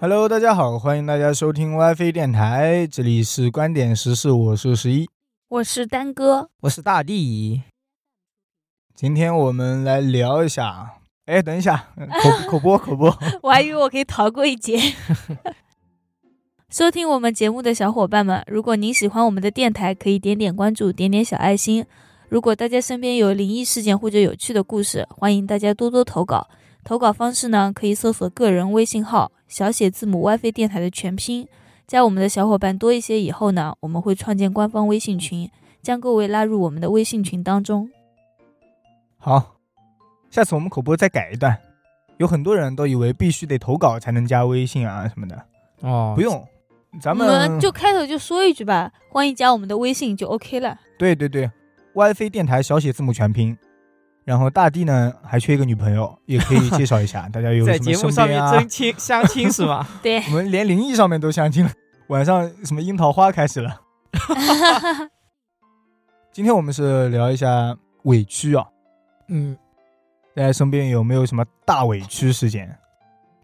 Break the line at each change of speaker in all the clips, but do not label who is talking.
Hello，大家好，欢迎大家收听 WiFi 电台，这里是观点时事，我是十一，
我是丹哥，
我是大地。
今天我们来聊一下，哎，等一下，口 口播口播，
我还以为我可以逃过一劫。 收听我们节目的小伙伴们，如果您喜欢我们的电台，可以点点关注，点点小爱心。如果大家身边有灵异事件或者有趣的故事，欢迎大家多多投稿。投稿方式呢，可以搜索个人微信号小写字母 WiFi 电台的全拼，加我们的小伙伴多一些以后呢，我们会创建官方微信群，将各位拉入我们的微信群当中。
好，下次我们口播再改一段。有很多人都以为必须得投稿才能加微信啊什么的，
哦
不，用，咱
我们
们
就开头就说一句吧，欢迎加我们的微信就 OK 了。
对对对，WiFi 电台小写字母全拼。然后大地呢还缺一个女朋友，也可以介绍一 下，大家有
在
什
节
么
目
身
上
边
面
啊？
真亲相亲 是吗？
对，
我们连灵异上面都相亲了，晚上什么樱桃花开始了。今天我们是聊一下委屈啊，
嗯，
大家身边有没有什么大委屈事件？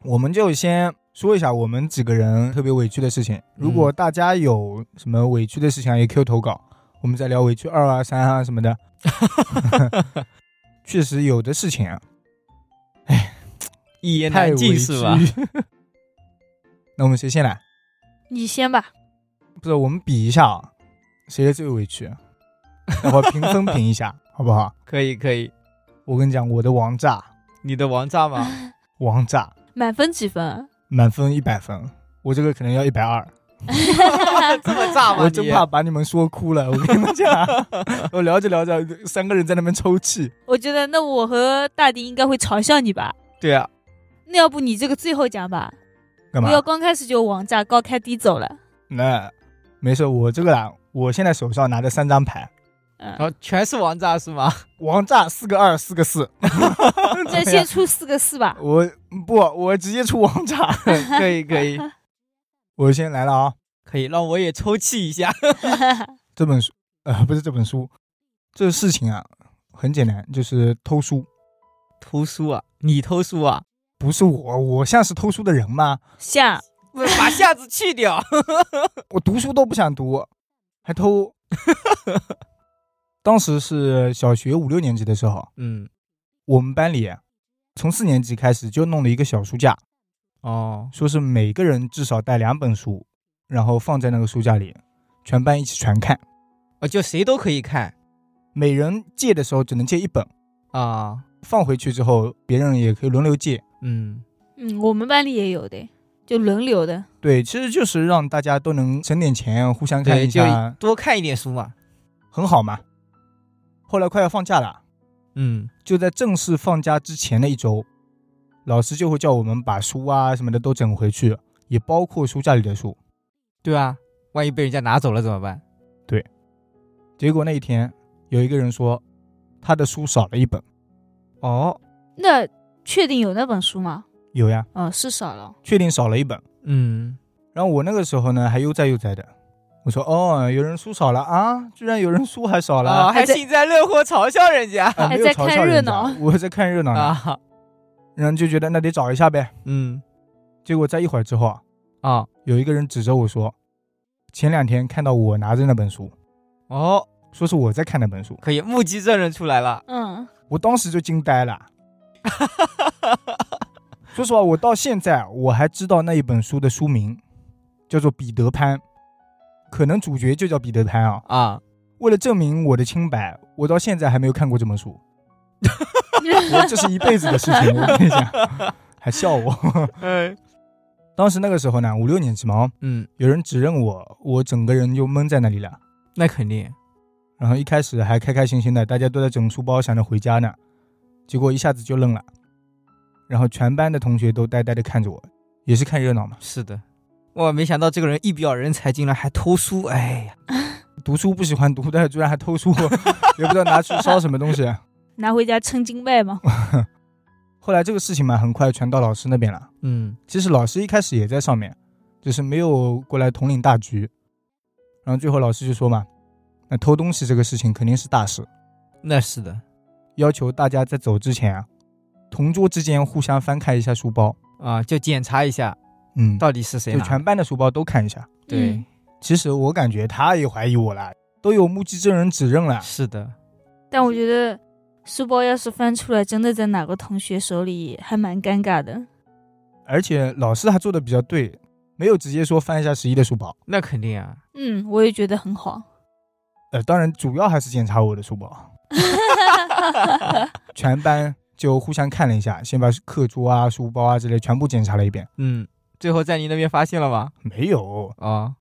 我们就先说一下我们几个人特别委屈的事情。如果大家有什么委屈的事情啊，也可以投稿，我们再聊委屈二啊、三啊什么 的。确实有的事情啊，
一言
太
难
委
尽是吧？
屈。 那我们谁先来？
你先吧。
不是，我们比一下啊，谁最委屈，然后评分评一下，好不好？
可以可以，
我跟你讲，我的王炸，
你的王炸吗？
王炸，
满分几分啊？
满分一百分，我这个可能要一百二，
这么炸吗？
我真
你
怕把你们说哭了。我跟你们 讲，我聊着聊着，三个人在那边抽泣，
我觉得那我和大迪应该会嘲笑你吧？
对啊，
那要不你这个最后讲吧，
干
不
嘛
要？刚开始就王炸，高开低走了。
那没事，我这个啦，我现在手上拿着三张牌，
嗯，
啊
然后哦全是王炸是 吗？
王炸四个二，四个四，哎
再先出四个四吧。
我不，我直接出王炸，
可以可以
我先来了啊。
可以，让我也抽泣一下。
这本书，呃，不是这本书，这个事情啊，很简单，就是偷书，
偷书啊，你偷书啊，
不是我，我像是偷书的人吗？
下
不是把下子去掉。
我读书都不想读，还偷。 当时是小学五六年级的时候，
嗯，
我们班里啊从四年级开始就弄了一个小书架，
哦，
说是每个人至少带两本书，然后放在那个书架里，全班一起全看。
哦，就谁都可以看
每人借的时候只能借一本，
啊。
放回去之后别人也可以轮流借。
嗯，
嗯，我们班里也有的，就轮流的。
对，其实就是让大家都能省点钱，互相看
对，
一
就
下，
多看一点书嘛。
很好嘛。后来快要放假了，
嗯，
就在正式放假之前的一周，老师就会叫我们把书啊什么的都整回去，也包括书架里的书。
对啊，万一被人家拿走了怎么办？
结果那一天有一个人说，他的书少了一本，
哦，
那确定有那本书吗？
有呀，
哦，是少了。
确定少了一本。
嗯，
然后我那个时候呢还悠哉悠哉的，我说哦，有人书少了啊，居然有人书还少了，
啊，还
还在
幸灾乐祸嘲笑人家
啊
还
没有
在
嘲
看
笑
热
人家
闹
我在看热闹呢，
啊，
然后就觉得那得找一下呗。
嗯
结果在一会儿之后啊，
啊，
有一个人指着我说，前两天看到我拿着那本书，
哦，
说是我在看那本书，
可以，目击证人出来了，
嗯，
我当时就惊呆了。说实话，我到现在我还知道那一本书的书名，叫做《彼得潘》，可能主角就叫彼得潘啊。
啊，
为了证明我的清白，我到现在还没有看过这本书。我这是一辈子的事情，我跟你讲，还笑我。
嗯
当时那个时候呢，五六年级嘛，
嗯，
有人指认我，我整个人就懵在那里了。
那肯定，
然后一开始还开开心心的，大家都在整书包想着回家呢，结果一下子就愣了。然后全班的同学都呆呆的看着我，也是看热闹嘛。
是的，哇，没想到这个人一表人才，竟然还偷书，哎呀，
读书不喜欢读，但是居然还偷书， 也不知道拿去烧什么东西。
拿回家称斤 卖嘛。
后来这个事情嘛，很快传到老师那边了。
嗯，
其实老师一开始也在上面，只是没有过来统领大局。然后最后老师就说嘛，那偷东西这个事情肯定是大事，
那是的，
要求大家在走之前啊，同桌之间互相翻看一下书包。
啊，就检查一下，
嗯，
到底是谁
就
拿的？
全班的书包都看一下。
嗯
对，
其实我感觉他也怀疑我了，都有目击证人指认了。
是的，
但我觉得书包要是翻出来，真的在哪个同学手里，还蛮尴尬的。
而且老师他做的比较对，没有直接说翻一下十一的书包。
那肯定啊。
嗯，我也觉得很好。
呃，当然主要还是检查我的书包。全班就互相看了一下，先把课桌啊、书包啊之类全部检查了一遍。
嗯，最后在你那边发现了吗？
没有，
啊、哦，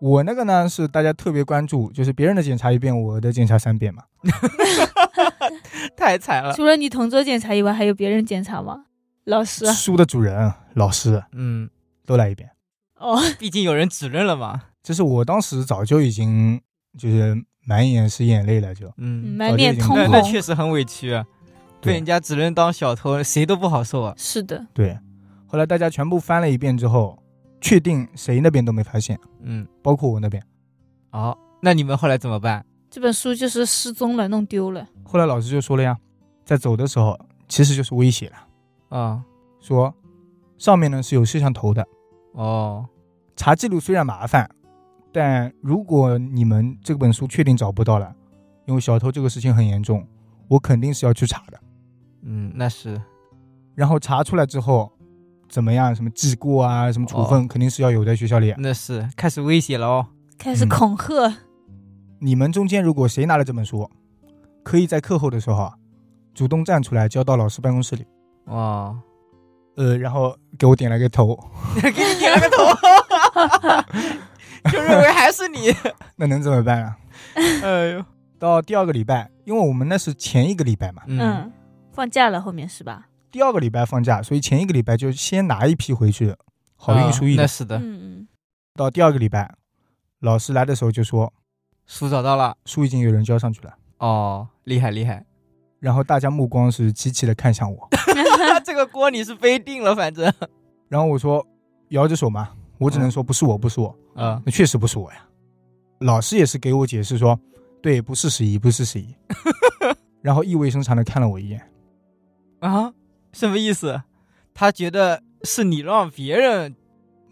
我那个呢是大家特别关注，就是别人的检查一遍，我的检查三遍嘛。
太惨了。
除了你同桌检查以外，还有别人检查吗？老师啊，
书的主人、老师
嗯，
都来一遍。
哦，
毕竟有人指认了嘛。
就是我当时早就已经就是满眼是眼泪了，就
嗯，
满脸通
那
嗯
那
红。
确实很委屈啊，被
对
人家指认当小偷，谁都不好受啊。
是的，
对。后来大家全部翻了一遍之后，确定谁那边都没发现，
嗯，
包括我那边。
哦，那你们后来怎么办？
这本书就是失踪了，弄丢了。
后来老师就说了呀，在走的时候其实就是威胁了，
啊、
说上面呢是有摄像头的，
哦，
查记录虽然麻烦，但如果你们这本书确定找不到了，因为小偷这个事情很严重，我肯定是要去查的。
嗯，那是
然后查出来之后，怎么样，什么记过啊，什么处分，肯定是要有在学校里。啊
那是开始威胁了哦。
开始
嗯
恐吓，
你们中间如果谁拿了这本书，可以在课后的时候啊，主动站出来交到老师办公室里，
哦，
呃，然后给我点了个头，
给你点了个头， 就认为还是你。
那能怎么办啊？
哎呦，
到第二个礼拜，因为我们那是前一个礼拜嘛，
嗯，
嗯，放假了，后面是吧？
第二个礼拜放假，所以前一个礼拜就先拿一批回去，好运输
啊
一点。
那是的，
嗯
到第二个礼拜，老师来的时候就说
书找到了。
书已经有人交上去了，
哦，厉害厉害，
然后大家目光是齐齐的看向我，
那这个锅你是背定了，反正。
然后我说摇着手嘛，我只能
嗯
说不是我，不是我，
啊、
那确实不是我呀。老师也是给我解释说，对，不是十一，不是十一， 然后意味深长的看了我一眼，
啊，什么意思？他觉得是你让别人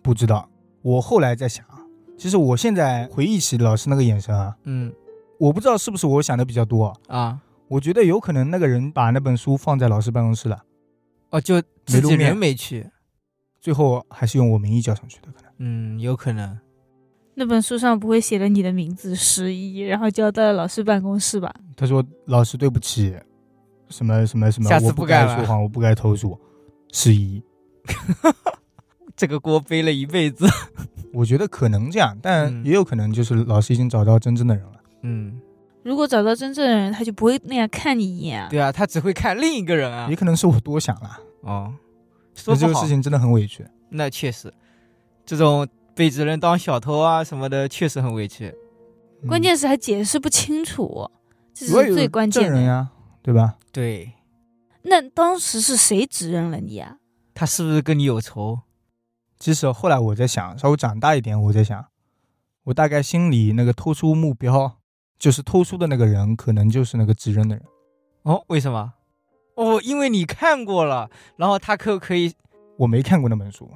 不知道。我后来在想，其实我现在回忆起老师那个眼神啊，
嗯
我不知道是不是我想的比较多啊，
啊
我觉得有可能那个人把那本书放在老师办公室了，
哦，就
没
自
露
己
面
人没去，
最后还是用我名义交上去的，可能
嗯，有可能
嗯，那本书上不会写了你的名字十一，然后交到了老师办公室吧？
他说老师对不起，什么什么什么，
下次
我
不
不
干
该
了
说谎，我不该投诉，十一，
这个锅背了一辈子，
我觉得可能这样，但
嗯
也有可能就是老师已经找到真正的人了。
嗯，
如果找到真正的人，他就不会那样看你一眼啊。
对啊，他只会看另一个人啊
也，可能是我多想了，
哦，说
那这
不
个
好
事，情真的很委屈。
那确实，这种被指认当小偷啊什么的，确实很委屈，
嗯
关键是还解释不清楚，这
如果
是
有
最关键
证人
啊
的。
呀，对吧？
对
那当时是谁指认了你啊？
他是不是跟你有仇？
其实后来我在想，稍微长大一点，我在想，我大概心里那个偷书目标，就是偷书的那个人，可能就是那个指认的人。
哦，为什么？哦，因为你看过了，然后他可不可以？
我没看过那本书，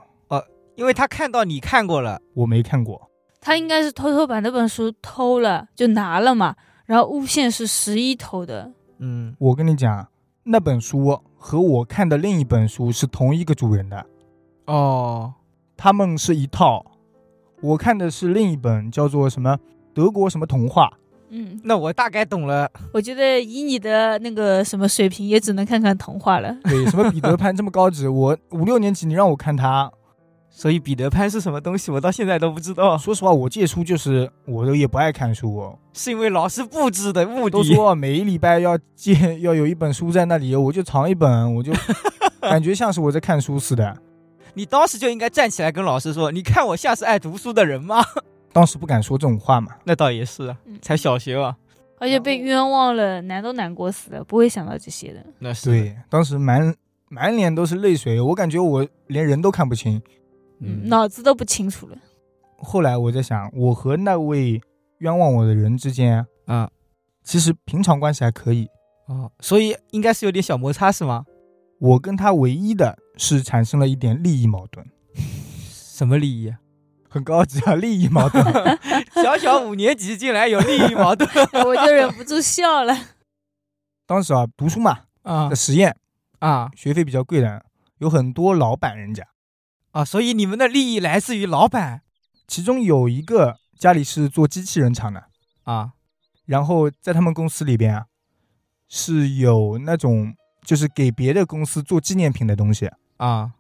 因为他看到你看过了，
我没看过，
他应该是偷偷把那本书偷了，就拿了嘛。然后诬陷是十一偷的，
嗯，
我跟你讲，那本书和我看的另一本书是同一个主人的，
哦，
他们是一套。我看的是另一本叫做什么德国什么童话，
嗯，
那我大概懂了。
我觉得以你的那个什么水平，也只能看看童话了。
对，什么彼得潘这么高级，我五六年级你让我看它，
所以彼得潘是什么东西，我到现在都不知道，
说实话，我借书就是我也不爱看书、哦，
是因为老师布置的目
都
的。
说每一礼拜要借 要有一本书在那里，我就藏一本， 我就感觉像是我在看书似的。
你当时就应该站起来跟老师说：“你看我像是爱读书的人吗 ，
当时不敢说这种话嘛？”
那倒也是啊
嗯，
才小学啊，
而且被冤枉了，难都难过死了，不会想到这些的。
那是，
对，当时满满脸都是泪水，我感觉我连人都看不清。
嗯，
嗯，
脑子都不清楚了。
后来我在想，我和那位冤枉我的人之间，
啊，
其实平常关系还可以。
哦，所以应该是有点小摩擦是吗？
我跟他唯一的是产生了一点利益矛盾，
什么利益？啊
很高级啊，利益矛盾。
小小五年级竟然有利益矛盾
我就忍不住笑了。
当时啊，读书嘛，
啊
在实验，
啊
学费比较贵的，有很多老板人家，
啊！所以你们的利益来自于老板
其中有一个家里是做机器人厂的，
啊
然后在他们公司里边啊，是有那种就是给别的公司做纪念品的东西，
啊！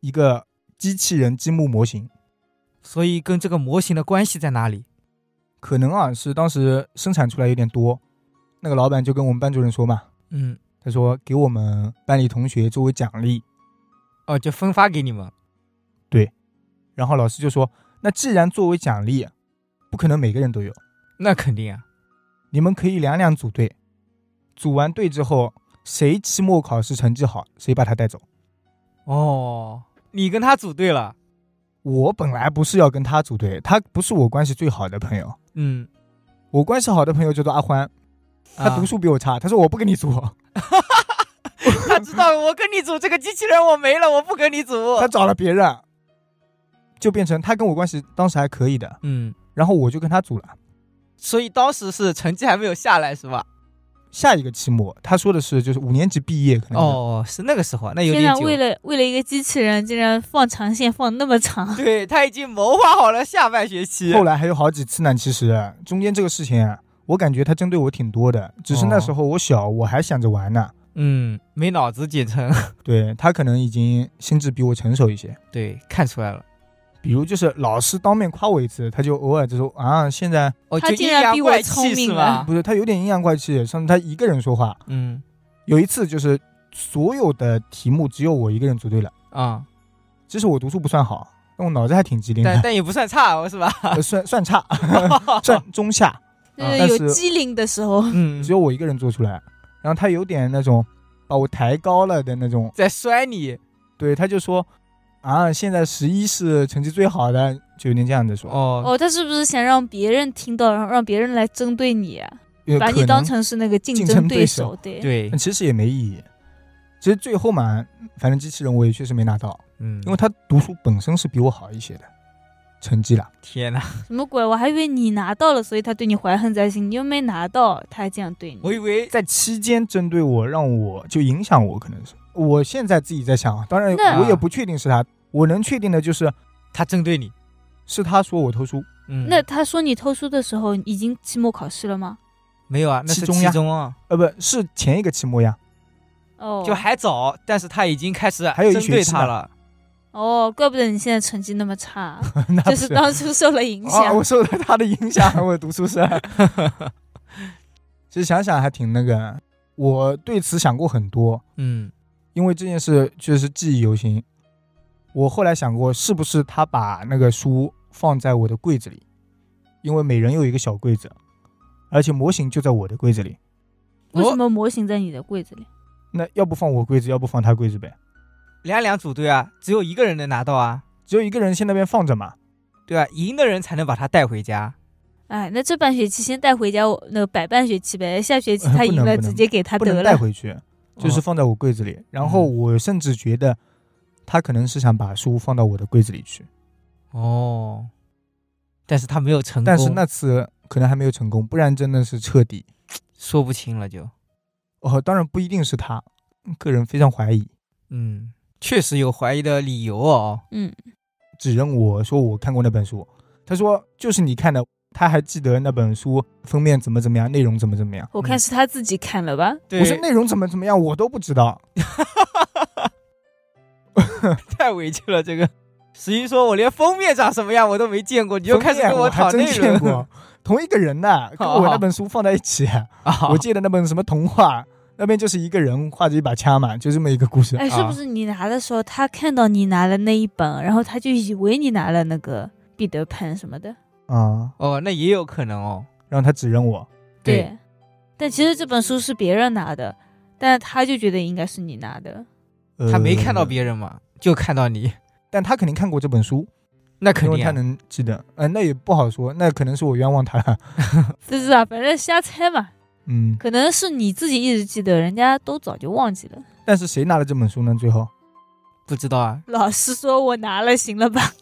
一个机器人积木模型，
所以跟这个模型的关系在哪里？
可能啊是当时生产出来有点多，那个老板就跟我们班主任说嘛，
嗯，
他说给我们班里同学作为奖励，
哦，就分发给你们
然后老师就说，那既然作为奖励，啊不可能每个人都有，
那肯定啊。
你们可以两两组队，组完队之后，谁期末考试成绩好，谁把他带走。
哦，你跟他组队了，
我本来不是要跟他组队，他不是我关系最好的朋友，
嗯，
我关系好的朋友叫做阿欢，他
啊
读书比我差，他说我不跟你 组，
他知道我跟你组这个机器人我没了，我不跟你组。
他找了别人，就变成他跟我关系当时还可以的，
嗯，
然后我就跟他组了。
所以当时是成绩还没有下来是吧？
下一个期末，他说的是就是五年级毕业可能，
哦，是那个时候，那有
天
点
呐，
久
为。了为了一个机器人，竟然放长线放那么长，
对他已经谋划好了下半学期。
后来还有好几次呢。其实中间这个事情啊，我感觉他针对我挺多的，只
哦
是那时候我小，我还想着玩呢。
嗯，没脑子简称。
对他可能已经心智比我成熟一些，
对，看出来了。
比如就是老师当面夸我一次，他就偶尔就说啊，现在
哦，
他
就
竟
阴
然
阳
比我
怪
聪
气是
明
吧
啊？
不是他有点阴阳怪气，上次他一个人说话。
嗯
有一次就是所有的题目只有我一个人组对了，
啊，
其实我读书不算好，但我脑子还挺机灵
但
的，
但也不算差哦 是吧？
呃算算 差，算中下，
就
啊
是
但
呃有
是
机灵的时候，
嗯
只，有我一个人做出来。然后他有点那种把我抬高了的那种，
在摔你
对，他就说啊，现在十一是成绩最好的，就有点这样子说，
哦
哦，他是不是想让别人听到，让让别人来针对你啊、
有
把
可
你
能
当成是那个竞
竞
争
争对
手？对，
对
但，其实也没意义。其实最后嘛，反正机器人我也确实没拿到，
嗯，
因为他读书本身是比我好一些的成绩啦。
天哪，
什么鬼？我还以为你拿到了，所以他对你怀恨在心，你又没拿到，他还这样对你。
我以为
在期间针对我，让我就影响我，可能是我现在自己在想啊，当然
那
我也不确定是他，我能确定的就是
他针对你。
是他说我偷书，
嗯，
那他说你偷书的时候，已经期末考试了吗？
没有啊，那是
期中
期
呀
中啊，
呃，不是前一个期末呀， 嗯
哦，
就还早，但是他已经开始
还有一
针
学
对
期
他
呢
了。
哦，怪不得你现在成绩那么差，
那
就
不
是当初受了影响。
啊，我受到他的影响，我读书生。 其实想想还挺那个，我对此想过很多，
嗯，
因为这件事确实记忆犹新。我后来想过，是不是他把那个书放在我的柜子里，因为每人有一个小柜子，而且模型就在我的柜子里。
为什么模型在你的柜子里？
那要不放我柜子，要不放他柜子呗。
两两组队啊，只有一个人能拿到啊，
只有一个人先那边放着嘛，
对吧、赢的人才能把它带回家。
哎，那这半学期先带回家，我那个摆半学期呗。下学期
呃
他
不
赢
能
了，
不能
直接给他
不
得
能带
了。嗯
回去，就是
哦
放在我柜子里。然后我甚至觉得，他可能是想把书放到我的柜子里去，
哦，但是他没有成功，
但是那次可能还没有成功，不然真的是彻底。
说不清了就。
哦，当然不一定是他，个人非常怀疑，
嗯，确实有怀疑的理由哦。
嗯，
指认我说我看过那本书，他说就是你看的，他还记得那本书封面怎么怎么样，内容怎么怎么样。
我看是他自己看了吧。
对
我说内容怎么怎么样，我都不知道。
太委屈了，这个。 十一说：“我连封面长什么样我都没见过，你就开始
封
跟
面我
讨
还真
内
见
容
过同一个人 呢，跟
好
我
好
那本书放在一起。
啊！
我记得那本什么童话，那边就是一个人画着一把枪嘛，就这么一个故事。啊
哎，是不是你拿的时候，他看到你拿了那一本，然后他就以为你拿了那个彼得潘什么的？
啊，
哦，那也有可能哦。
让他指认我，
对
但其实这本书是别人拿的，但他就觉得应该是你拿的。
呃
他没看到，别人嘛，就看到你，
但他肯定看过这本书，
那肯
因为
定
他
啊、
能记得。呃，那也不好说，那可能是我冤枉他了。
就是啊，反正瞎猜嘛，
嗯，
可能是你自己一直记得，人家都早就忘记了。
但是谁拿了这本书呢？最后
不知道啊。
老师说我拿了，行了吧？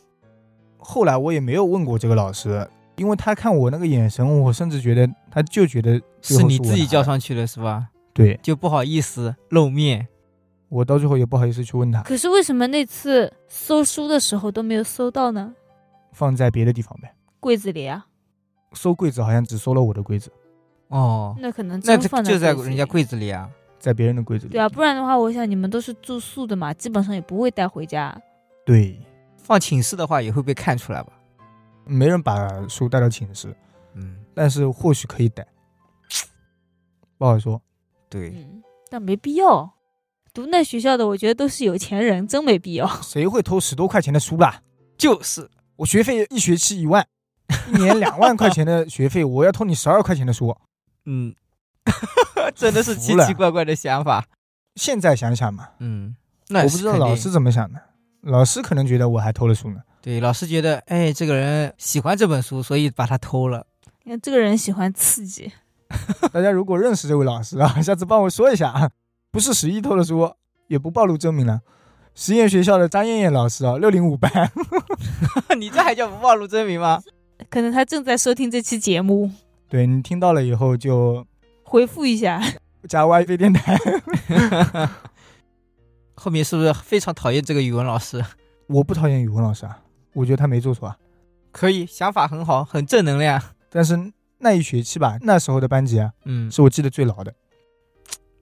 后来我也没有问过这个老师，因为他看我那个眼神，我甚至觉得他就觉得最
是
后
你
我
自己
拿
叫
的。
上去的是吧？
对
就不好意思露面，
我到最后也不好意思去问他，
可是为什么那次搜书的时候都没有搜到呢？
放在别的地方呗。
柜子里啊，
搜柜子好像只搜了我的柜子，
哦，
那可能
那
真
这
嗯放
就在
子
人家
里
柜子里啊。
在别人的柜子里。
对啊，不然的话，我想你们都是住宿的嘛，基本上也不会带回家。
对，
放寝室的话也会被看出来吧？
没人把书带到寝室，
嗯，
但是或许可以带，不好说。
对，
嗯，但没必要。读那学校的，我觉得都是有钱人，真没必要。
谁会偷十多块钱的书啦？
就是
我学费一学期一万，一年两万块钱的学费，我要偷你十二块钱的书。
嗯， 真的是奇
服了
奇怪怪的想法。
现在想想嘛，
嗯，那
我
是
不知道
肯定
老师怎么想的，老师可能觉得我还偷了书呢。
对老师觉得，哎，这个人喜欢这本书，所以把他偷了。
因为这个人喜欢刺激，
大家如果认识这位老师啊， 下次帮我说一下啊，不是十一偷的书，也不暴露真名了。实验学校的张艳艳老师啊，六零五班，
你这还叫不暴露真名吗？
可能他正在收听这期节目，
对你听到了以后就
回复 一下。
加 WiFi 电台。
后面是不是非常讨厌这个语文老师？
我不讨厌语文老师啊，我觉得他没做错啊。
可以，想法很好，很正能量。
但是那一学期吧，那时候的班级啊，
嗯，
是我记得最牢的。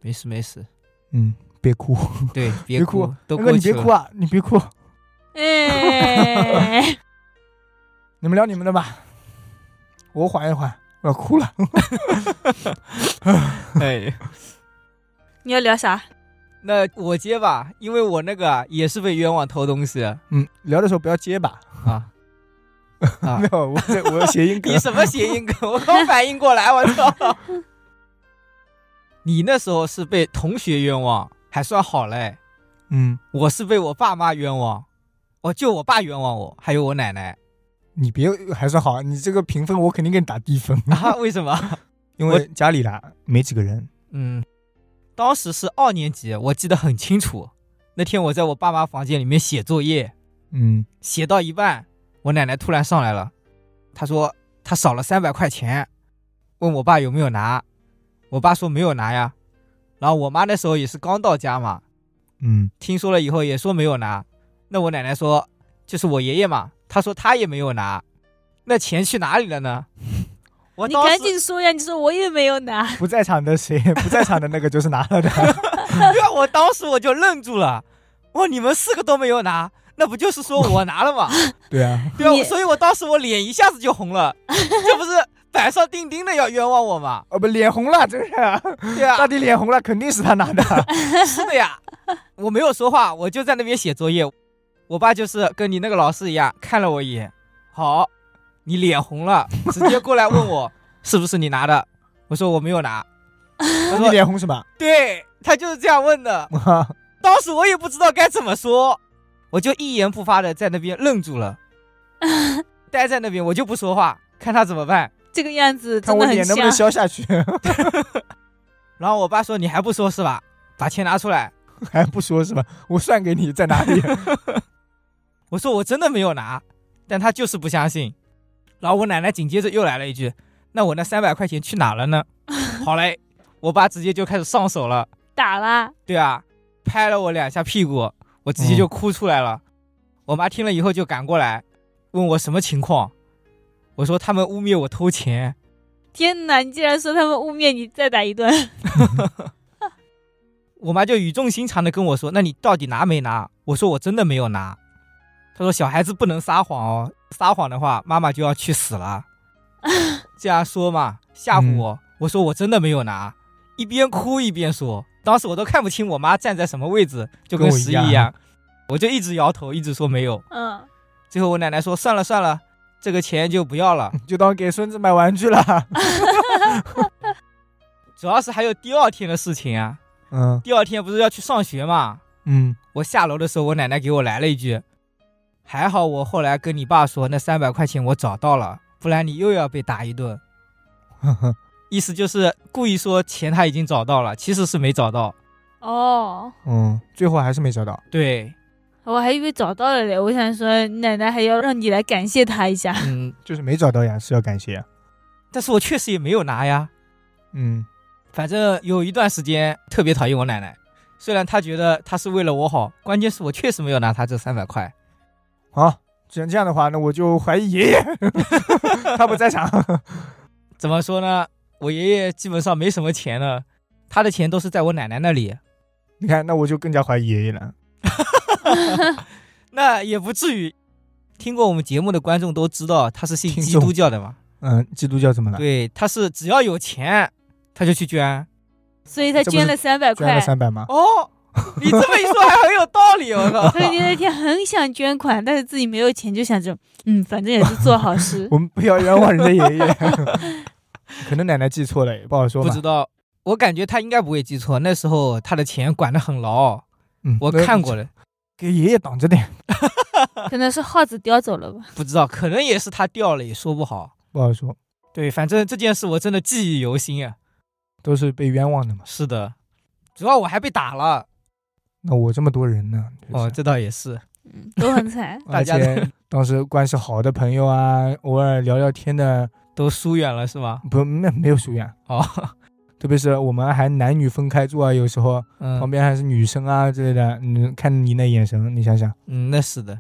没事没 事，
嗯，别哭，
对，别
别
哭，
哭那
都
个
过
你
去
别
了。
哭啊，你别哭，
哎，
你们聊你们的吧，我缓一缓，我要哭了。
哎，
你要 聊啥？
那我接吧，因为我那个啊也是被冤枉偷东西 啊
嗯，聊的时候不要结巴，
啊。啊
没有，我这我要谐音梗
你。什么谐音梗？我刚反应过来，我 操！你那时候是被同学冤枉，还算好嘞。
嗯，
我是被我爸妈冤枉，哦，就我爸冤枉我，还有我奶奶
你别还算好，你这个评分我肯定给你打低分，
啊？为什么？
因为家里啦没几个人。
嗯，当时是二年级，我记得很清楚。那天我在我爸妈房间里面写作业，
嗯，
写到一半，我奶奶突然上来了，她说她少了三百块钱，问我爸有没有拿，我爸说没有拿呀。然后我妈那时候也是刚到家嘛，
嗯，
听说了以后也说没有拿。那我奶奶说，就是我爷爷嘛，他说他也没有拿，那钱去哪里了 呢？我
你
当时
赶紧说呀！你说我也没有拿，
不在场的谁不在场的那个就是拿了的。
对 啊，我当时我就愣住了，哇，你们四个都没有拿，那不就是说我拿 了吗？
对啊，
对啊，
你
我所以我当时我脸一下子就红 了，这不是板上钉钉的要冤枉我吗？
哦不，脸红了，这是
对啊
大，地脸红了，肯定是他拿的。
是的呀，我没有说话，我就在那边写作业。我爸就是跟你那个老师一样，看了我一眼，好，你脸红了，直接过来 问我是不是你拿的。我说我没有拿。他
你
说
脸红什么？
对，他就是这样问的。当时我也不知道该怎么说，我就一言不发的在那边愣 住了，待在那边我就不说话，看他怎么办。
这个样子
看
真
我
的
脸能
很
不能消
像。
下去，
然后我爸说你还不说是吧？把钱拿出来。
还不说是吧？我算给你在哪里？
我说我真的没有拿，但他就是不相信。然后我奶奶紧接着又来了一句：“那我那三百块钱去哪了呢？” 好嘞，我爸直接就开始上手了。
打啦，
对啊，拍了我两下屁股，我直接就哭出来了。我妈听了以后就赶过来，问我什么情况。我说他们污蔑我偷钱，
天哪！你竟然说他们污蔑你，再打一顿。
我妈就语重心长的跟我说：“那你到底拿没拿？”我说：“我真的没有拿。”她说：“小孩子不能撒谎哦，撒谎的话，妈妈就要去死了。”这样说嘛，吓唬我。我说：“我真的没有拿。”一边哭一边说，当时我都看不清我妈站在什么位置，就跟
跟我
十
一
一
样
一样，我就一直摇头，一直说没有。
嗯，
最后我奶奶说：“算了算了，这个钱就不要了。
就当给孙子买玩具了。
主要是还有第二天的事情啊，
嗯
第二天不是要去上学嘛。”
嗯，
我下楼的时候，我奶奶给我来了一句：“还好我后来跟你爸说，那三百块钱我找到了，不然你又要被打一顿。
呵呵”
意思就是故意说钱他已经找到了，其实是没找到。
哦，
嗯，最后还是没找到。
对，
我还以为找到了嘞，我想说奶奶还要让你来感谢她一下。
嗯，
就是没找到呀，是要感谢。啊
但是我确实也没有拿呀。
嗯，
反正有一段时间特别讨厌我奶奶，虽然她觉得她是为了我好，关键是我确实没有拿她这三百块。
好，既啊然这样的话，那我就怀疑爷爷， 他不在场。
怎么说呢？我爷爷基本上没什么钱了，他的钱都是在我奶奶那里，
你看，那我就更加怀疑爷爷了。
那也不至于。听过我们节目的观众都知道，他是信
听
基
众
督教的嘛。
嗯，基督教怎么了？
对，他是只要有钱他就去捐。
所以她
这不
捐
是
了三百
捐
块
了，三百吗？。
哦，你这么一说还很有道理，我 靠
所以你那天很想捐款，但是自己没有钱，就想着，嗯，反正也是做好事
我们不要冤枉人家爷爷。 可能奶奶记错了，也不好说
不
嘛
知。道，我感觉他应该不会记错。那时候他的钱管得很牢，
嗯，
我
那
看过 了，
给爷爷挡着点，
可能是耗子叼走了吧。
不知道可能也是他掉了，也说不好。
不好说，
对，反正这件事我真的记忆犹新啊。
都是被冤枉的嘛。
是的，主要我还被打了。
那我这么多人呢？就是。
哦，这倒也是。
嗯，都很惨
大
而
家
且 当时关系好的朋友啊，偶尔聊聊天的，
都疏远了是吗？
不没没有疏远，
哦，
特别是我们还男女分开住啊，有时候旁
嗯
边还是女生啊之类的，你看你那眼神，你想想，
嗯，那是的，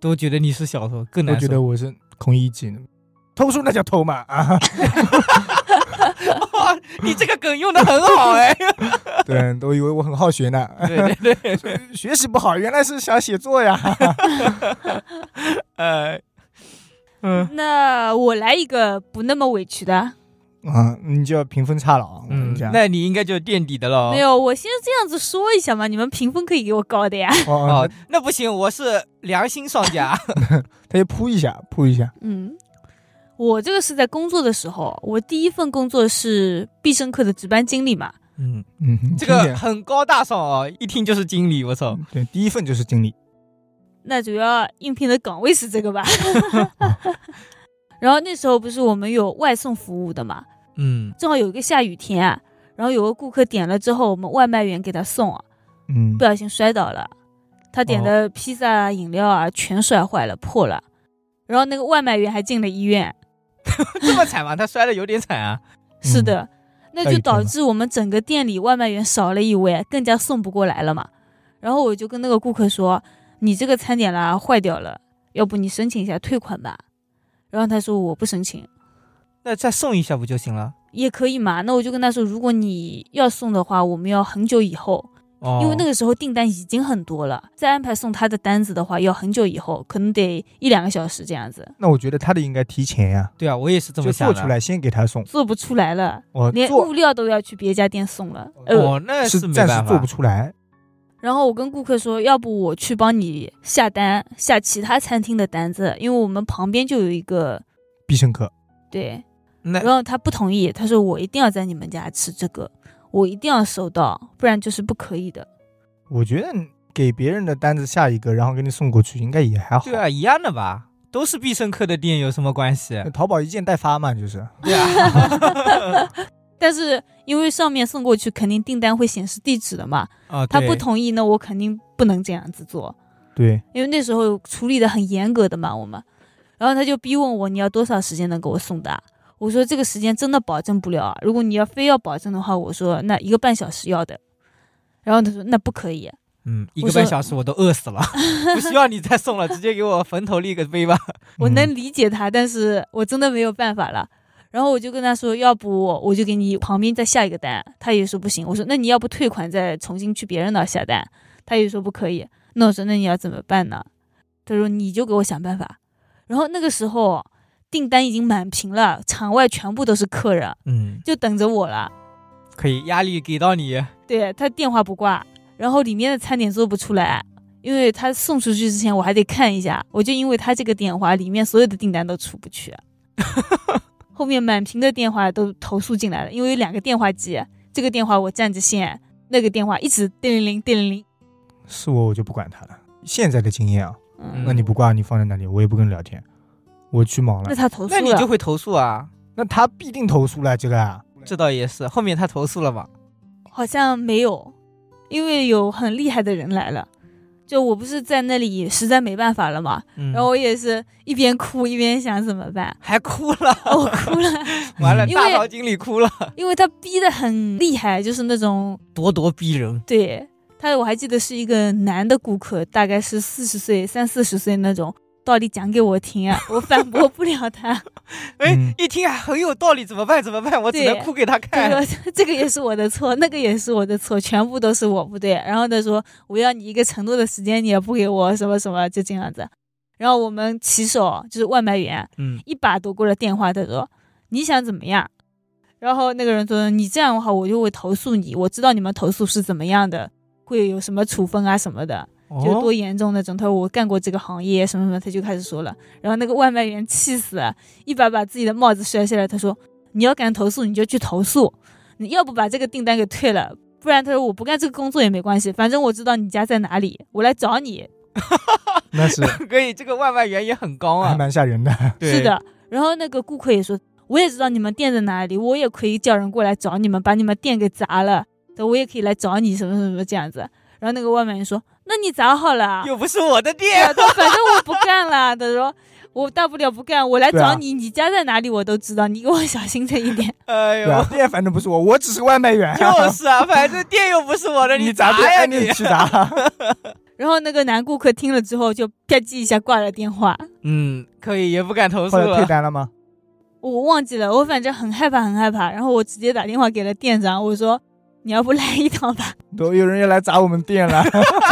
都觉得你是小偷，更
都
难
觉得
受。
我是孔乙己，偷书那叫偷嘛啊！
你这个梗用的很 好哎。
对，都以为我很好学呢，
对对对，
学习不好，原来是想写作 呀。
呃， 嗯，
那我来一个不那么委屈的。
啊，你就要评分差了啊！我跟
嗯
你讲，，
那你应该就垫底的了。哦
没有，我先这样子说一下嘛，你们评分可以给我高的呀。
哦，
哦，那不行，我是良 心商家。
他就扑一下，扑一下，
嗯，我这个是在工作的时候，我第一份工作是必胜客的值班经理嘛。
嗯，
嗯，
这
经
个
典
很高大上哦，一听就是经理，我操。
对，第一份就是经理，
那主要应聘的岗位是这个吧。然后那时候不是我们有外送服务的嘛，
嗯，
正好有一个下雨天啊，然后有个顾客点了之后，我们外卖员给他送啊，
嗯
不，小心摔倒了，他点的披萨啊、饮料啊全摔坏了、破了，然后那个外卖员还进了医院。
这么惨吗？他摔的有点惨啊。
是的，那
下雨
就
天
导
嘛
致我们整个店里外卖员少了一位，更加送不过来了嘛。然后我就跟那个顾客说：“你这个餐点啦坏掉了，要不你申请一下退款吧。”然后他说：“我不申请。”
那再送一下不就行了？
也可以嘛，那我就跟他说，如果你要送的话，我们要很久以后，
哦，
因为那个时候订单已经很多了，再安排送他的单子的话，要很久以后，可能得一两个小时这样子，
那我觉得他的应该提前呀，
对啊，我也是这
就
么想
做
的。
出来先给他送，
做不出来了，
我
连
做
物料都要去别家店送了。呃，
呃哦，那
是
没
暂
办
时
法，
做不出来，
然后我跟顾客说，要不我去帮你下单，下其他餐厅的单子，因为我们旁边就有一个
必胜客，
对。
那
然后他不同意，他说我一定要在你们家吃这个，我一定要收到，不然就是不可以的。
我觉得给别人的单子下一个，然后给你送过去，应该也还好。
对啊，一样的吧，都是必胜客的店，有什么关系？啊
淘宝一件代发嘛，就是
对 啊，
但是因为上面送过去，肯定订单会显示地址的嘛，
哦，
他
对
不，同意，那我肯定不能这样子做，
对，
因为那时候处理的很严格的嘛，我们。然后他就逼问我你要多少时间能给我送达？我说这个时间真的保证不了啊，如果你要非要保证的话，我说那一个半小时要的。然后他说那不可以，啊
嗯，一
我
个
说
半小时我都饿死了，不需要你再送了，直接给我坟头立个碑吧。
我
嗯
能理解他，但是我真的没有办法了。然后我就跟他说，要不我就给你旁边再下一个单，他也说不行。我说那你要不退款再重新去别人那儿下单，他也说不可以。那我说那你要怎么办呢？他说你就给我想办法。然后那个时候订单已经满屏了，场外全部都是客人，
嗯，
就等着我了。
可以，压力给到你。
对他电话不挂，然后里面的餐点做不出来，因为他送出去之前我还得看一下，我就因为他这个电话，里面所有的订单都出不去，后面满屏的电话都投诉进来了，因为有两个电话机，这个电话我占着线，那个电话一直叮铃铃叮铃铃，
是我我就不管他了。现在的经验啊，
嗯，
那你不挂，你放在那里，我也不跟你聊天，我去忙了
那。他投诉
那
了，
你就会投诉啊，
那他必定投诉了，这个啊，
这倒也是。后面他投诉了嘛？
好像没有，因为有很厉害的人来了，就我不是在那里实在没办法了嘛，
嗯
然后我也是一边哭一边想怎么 办，
还哭了，
哦我哭了，
完了，
因为
大脑经理哭了，
因为他逼得很厉害，就是那种
咄咄逼人。
对他，我还记得是一个男的顾客，大概是四十岁、三四十岁那种，道理讲给我听啊，我反驳不了他。
哎、
嗯
一听还很有道理，怎么办？怎么办？我只
对
能哭给他
这
看。
个 这个也是我的错，那个也是我的错，全部都是我不对。然后他说我要你一个承诺的时间，你也不给我，什么什么，就这样子。然后我们骑手就是外卖员，
嗯，
一把夺过了电话，他说你想怎么样？然后那个人说你这样的话，我就会投诉你，我知道你们投诉是怎么样的，会有什么处分啊什么的。就多
哦、
严重那种。他说我干过这个行业，什么什么，他就开始说了。然后那个外卖员气死了，一把把自己的帽子摔下来。他说：“你要敢投诉，你就去投诉，你要不把这个订单给退了，不然他说我不干这个工作也没关系，反正我知道你家在哪里，我来找你。
那是
可以，这个外卖员也很高
还
啊。
蛮吓人哎的。
对
是，的。然后那个顾客也说：“我也知道你们店在哪里，我也可以叫人过来找你们，把你们店给砸了，对我也可以来找你，什么什么这样子。”然后那个外卖员说：“那你砸好了啊。”
又不是我的
对
店。
啊，他反正我不干了。他说我大不了不干，我来
对啊
找你，你家在哪里我都知道，你给我小心着一点。
哎
对啊，
呦，
店反正不是我，我只是外卖员。
就是啊，反正店又不是我 的，
你
砸
店
呀
哎你去 砸。
然后那个男顾客听了之后就啪叽一下挂了电话，
嗯，可以，也不敢投诉
后来退
了。
单了吗？
我忘记了，我反正很害怕很害怕。然后我直接打电话给了店长，我说你要不来一趟吧，
都有人要来砸我们店 了。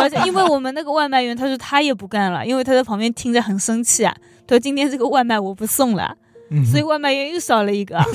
而且因为我们那个外卖员他说他也不干了，因为他在旁边听着很生气啊，他说今天这个外卖我不送了。
嗯
所以外卖员又少了一个。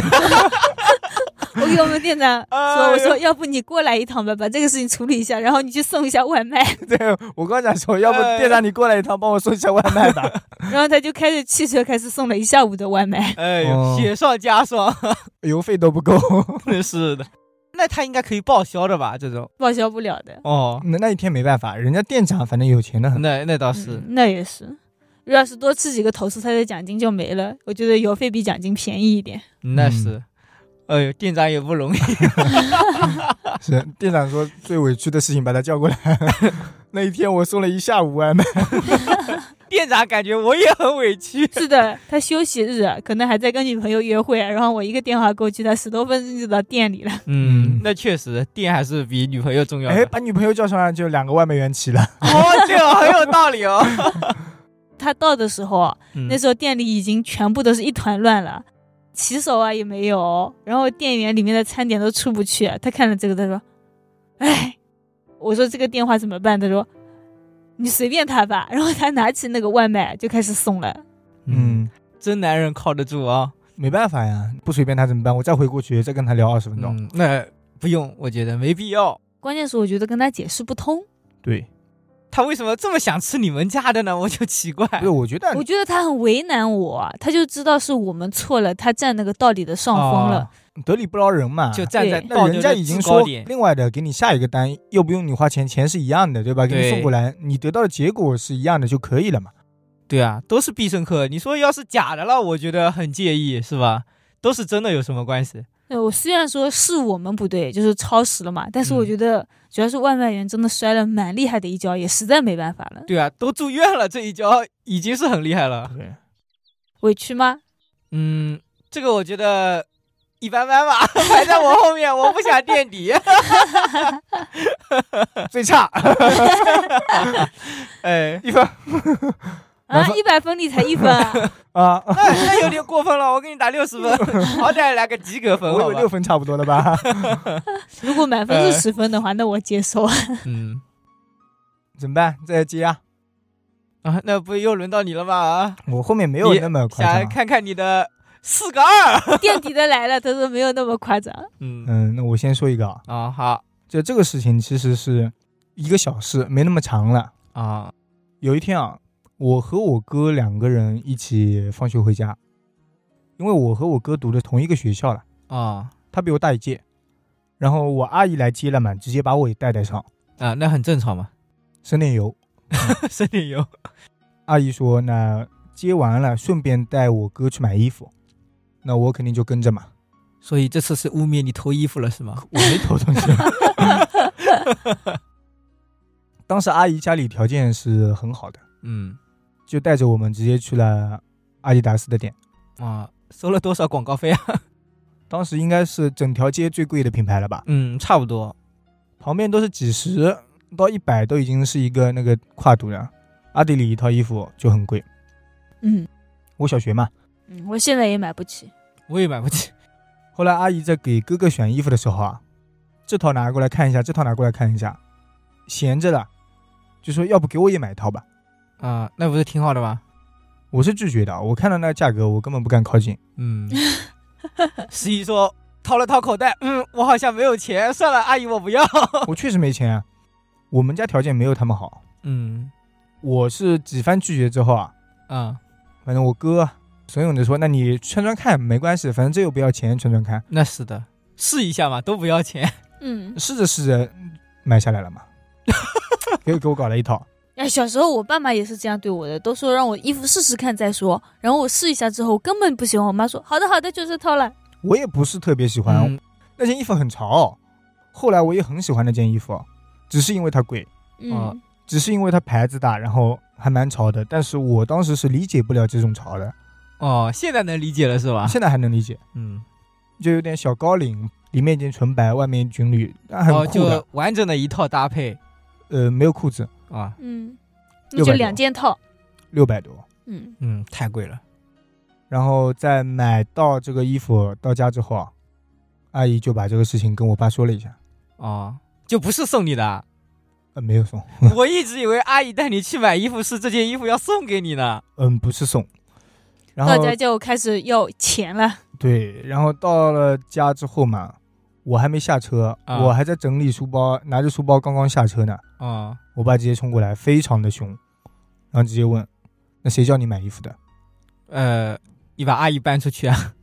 我给我们店长说：“我
呃
说，要不你过来一趟吧，把这个事情处理一下，然后你去送一下外 卖。
对我刚想说，要不店长你过来一趟，帮我送一下外卖 吧。”
然后他就开着汽车开始送了一下午的外卖。
哎
哦
呦，雪上 加霜，
邮费都不够。
是的。那他应该可以报销的吧？这种
报销不了的。
哦，
那那一天没办法，人家店长反正有钱的很。
那那倒啊是
嗯，那也是。要是多吃几个投诉他的奖金就没了。我觉得邮费比奖金便宜一点。
那
嗯
是。哎呦，店长也不容易。
是店长说最委屈的事情，把他叫过来。 那一天我送了一下午外卖，
店长感觉我也很委 屈。
是的，他休息日啊可能还在跟女朋友约会，啊然后我一个电话过去，他十多分钟就到店里了。
嗯
那确实，店还是比女朋友重要的。
哎，把女朋友叫上来就两个外卖员齐了。
哦，这个很有道理 哦。
他到的时候，啊
嗯
嗯
那时候店里已经全部都是一团乱了，骑手啊也没有，然后店员里面的餐点都出不去。他看了这个，他说：“哎，我说这个电话怎么办？”他说：“你随便他吧。”然后他拿起那个外卖就开始送了。
嗯，，真男人靠得住啊。
没办法呀，不随便他怎么办？我再回过去再跟他聊二十分钟。
嗯，那不用，我觉得没必要。
关键是我觉得跟他解释不通，
对，
他为什么这么想吃你们家的呢？我就奇怪。
哎对，我觉得
我觉得他很为难我，啊他就知道是我们错了，他占那个道理的上风了。
得理不饶人嘛。
哦就站在
对
那
道
人
德
家
的
已经
制高
说
点。
另外的给你下一个单，又不用你花钱，钱是一样的，对吧？给你
对
送过来，你得到的结果是一样的就可以了嘛。
对啊，都是必胜客。你说要是假的了，我觉得很介意，是吧？都是真的有什么关系？
对我虽然说是我们不对，就是超时了嘛，但是我
嗯
觉得主要是外卖员真的摔了蛮厉害的一跤，也实在没办法了。
对啊，都住院了，这一跤已经是很厉害了。
对，
委屈吗？
嗯，这个我觉得一般般吧， 排在我后面，我不想垫 底。
最差
哎，
一分
啊
满，分
一百分你才一分啊！
啊，
那那有点过分了，我给你打六 十分，好歹来个及格分，
我以
好
为
吧
六？分差不多了吧？
如果满分是十分的话，那我接受。啊
嗯
怎么办？再接啊！
啊，那不又轮到你了吗？啊，
我后面没有那么夸
想
张。啊
看看你的四个二。
垫底的来了，他说没有那么夸张。
嗯，
嗯，那我先说一个啊，
啊好
就这个事情其实是一个小事，没那么长了。
啊，
有一天啊，我和我哥两个人一起放学回家，因为我和我哥读的同一个学校了，
啊
他比我大一届，然后我阿姨来接了嘛，直接把我也带带上，
啊，那很正常嘛，
省点油。
省点油。
阿姨说：“那接完了，顺便带我哥去买衣服。”那我肯定就跟着嘛，
所以这次是污蔑你偷衣服了是吗？
我没偷东西。 当时阿姨家里条件是很好的，
嗯
就带着我们直接去了阿迪达斯的店。
啊，收了多少广告费啊？
当时应该是整条街最贵的品牌了吧，
嗯，差不多。
旁边都是几十到一百，都已经是一个那个跨度了。阿迪里一套衣服就很贵，
嗯
我小学嘛。
嗯，我现在也买不起。
我也买不起。
后来阿姨在给哥哥选衣服的时候啊，这套拿过来看一下，这套拿过来看一下，闲着了，就说要不给我也买一套吧。
啊、那不是挺好的吗？
我是拒绝的，我看到那个价格，我根本不敢靠近。
嗯。 十一说掏了掏口袋，嗯，我好像没有钱，算了，阿姨我不要。
我确实没钱啊，我们家条件没有他们好。
嗯
我是几番拒绝之后啊，
啊、
反正我哥怂恿着说，那你穿穿看没关系，反正这又不要钱，穿穿看。
那是的，试一下嘛，都不要钱。
嗯，
试着试着买下来 了嘛，给给我搞了一套。
哎，小时候我爸妈也是这样对我的，都说让我衣服试试看再说。然后我试一下之后，我根本不喜欢。我妈说：“好的，好的，就这套了。
我也不是特别喜欢，
嗯
那件衣服很潮，后来我也很喜欢那件衣服，只是因为它贵，”
嗯，
哦
只是因为它牌子大，然后还蛮潮的。但是我当时是理解不了这种潮的，
哦，现在能理解了是吧？
现在还能理解，
嗯，
就有点小高领，里面一件纯白，外面一军绿，那很
哦，
酷的。
就完整的一套搭配
呃，没有裤子，
啊，
嗯，
600
那就两件套。
六百多。
嗯，
嗯，太贵了。
然后在买到这个衣服到家之后啊，阿姨就把这个事情跟我爸说了一下，
哦，就不是送你 的。啊
呃，没有送，
我一直以为阿姨带你去买衣服是这件衣服要送给你呢。
嗯，不是送。然后
到家就开始要钱了。
对，然后到了家之后嘛，我还没下车，
啊
我还在整理书包，拿着书包刚刚下车呢，
哦，
我爸直接冲过来，非常的凶，然后直接问：“那谁叫你买衣服的？
呃，你把阿姨搬出去啊。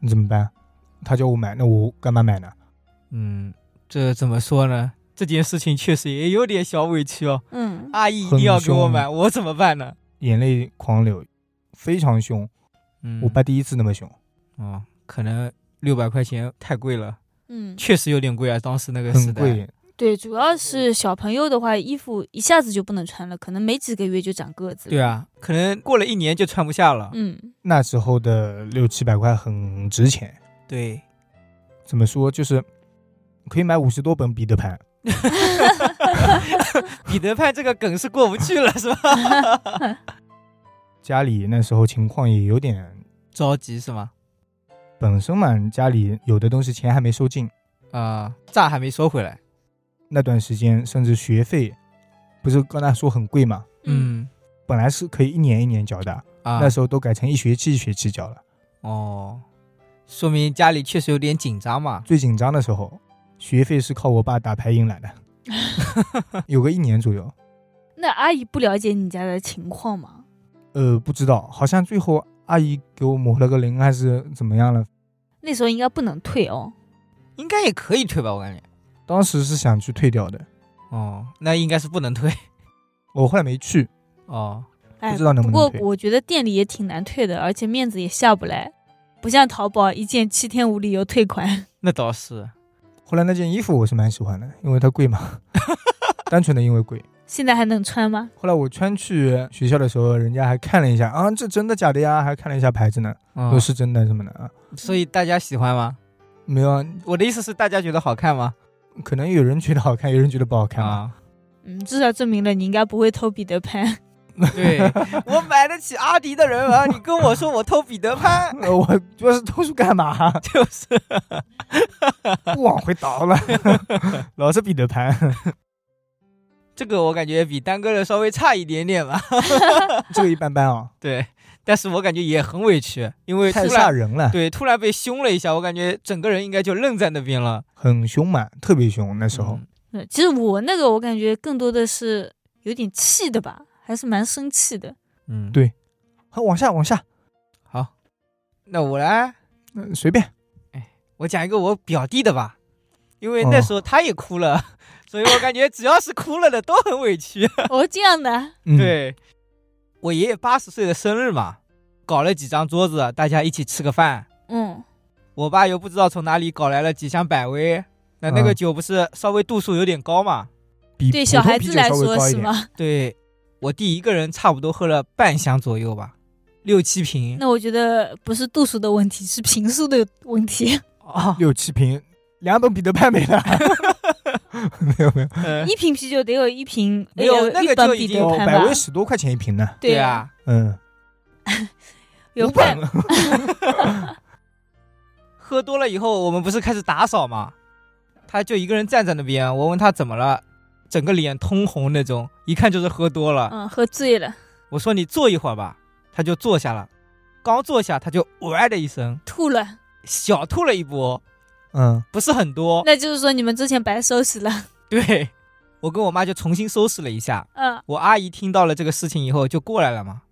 你怎么办？”他叫我买，那我干嘛买呢？
嗯，这怎么说呢？这件事情确实也有点小委屈哦。
嗯
阿姨一定要给我买，我怎么办呢？
眼泪狂流，非常凶。
嗯
我爸第一次那么凶，
哦，可能六百块钱太贵了，
嗯，
确实有点贵啊。当时那个时
很
代，
贵。
对，主要是小朋友的话，衣服一下子就不能穿了，可能没几个月就长个子了。
对啊，可能过了一年就穿不下了。
嗯
那时候的六七百块很值钱，
对，
怎么说就是可以买五十多本彼得潘。
彼得潘这个梗是过不去了，是吧？
家里那时候情况也有点，
着急是吗？
本身嘛家里有的东西钱还没收进，
啊、账还没收回来。
那段时间，甚至学费，不是刚才说很贵嘛，
嗯
本来是可以一年一年交的，
啊，
嗯那时候都改成一学期一学期交了。
哦，说明家里确实有点紧张嘛。
最紧张的时候，学费是靠我爸打牌赢来的，有个一年左右。
那阿姨不了解你家的情况吗？
呃，不知道，好像最后阿姨给我抹了个零还是怎么样了。
那时候应该不能退哦。
应该也可以退吧，我感觉。
当时是想去退掉的，
哦，那应该是不能退。
我后来没去，
哦，
哎，
不知道能不能
过
退
我觉得店里也挺难退的，而且面子也下不来，不像淘宝一件七天无理由退款。
那倒是。
后来那件衣服我是蛮喜欢的，因为它贵 嘛，单纯的因为贵。
现在还能穿吗？
后来我穿去学校的时候，人家还看了一下啊，这真的假的呀？还看了一下牌子呢，
嗯
说，是真的什么的啊。
所以大家喜欢吗？
没有啊，
我的意思是，大家觉得好看吗？
可能有人觉得好看，有人觉得不好看嘛。
啊，
嗯，至少证明了你应该不会偷彼得潘。
对我买得起阿迪的人啊，你跟我说我偷彼 得潘，
呃 我主要是偷书干 嘛？
就是
不往回倒了， 老是彼得 潘。
这个，我感觉比丹哥的稍微差一点点吧。
这个一般般啊，
对，但是我感觉也很委屈，因为突
太吓
然
人了，
对突然被凶了一下，我感觉整个人应该就愣在那边了。
很凶嘛，特别凶。那时候、
嗯
嗯，其实我那个我感觉更多的是有点气的吧，还是蛮生气的。
嗯，
对好往下往下，
好，那我来，
嗯随便。
我讲一个我表弟的吧，因
哦
为那时候他也哭了， 所以我感觉只要是哭了的都很委屈。
哦，这样的，
嗯，
对，我爷爷八十岁的生日嘛，搞了几张桌子，大家一起吃个饭。
嗯
我爸又不知道从哪里搞来了几箱百威，那那个
嗯
酒不是稍微度数有点高嘛，
比
对
普
小
通
孩
啤
子
酒
来
稍微
说
高一
是
点。
吗？
对我弟一个人差不多喝了半箱左右吧，六七瓶
那我觉得不是度数的问题，是瓶数的问题。
哦，
六七瓶，两本彼得潘没 了。没有没有，
呃
一瓶啤酒得有一瓶，
没有
呃
那
一
个
本
就已
彼
经
得
哦，
潘
百
吧
威？十多块钱一瓶呢。
对呀，
啊，
嗯，
有
五本
半。
喝多了以后，我们不是开始打扫嘛，他就一个人站在那边，我问他怎么了，整个脸通红那种，一看就是喝多了。
嗯，喝醉了，
我说你坐一会儿吧，他就坐下了，刚坐下他就哇的一声
吐了，
小吐了一波，
嗯，
不是很多。
那就是说你们之前白收拾了。
对我跟我妈就重新收拾了一下，
嗯，
我阿姨听到了这个事情以后就过来了嘛，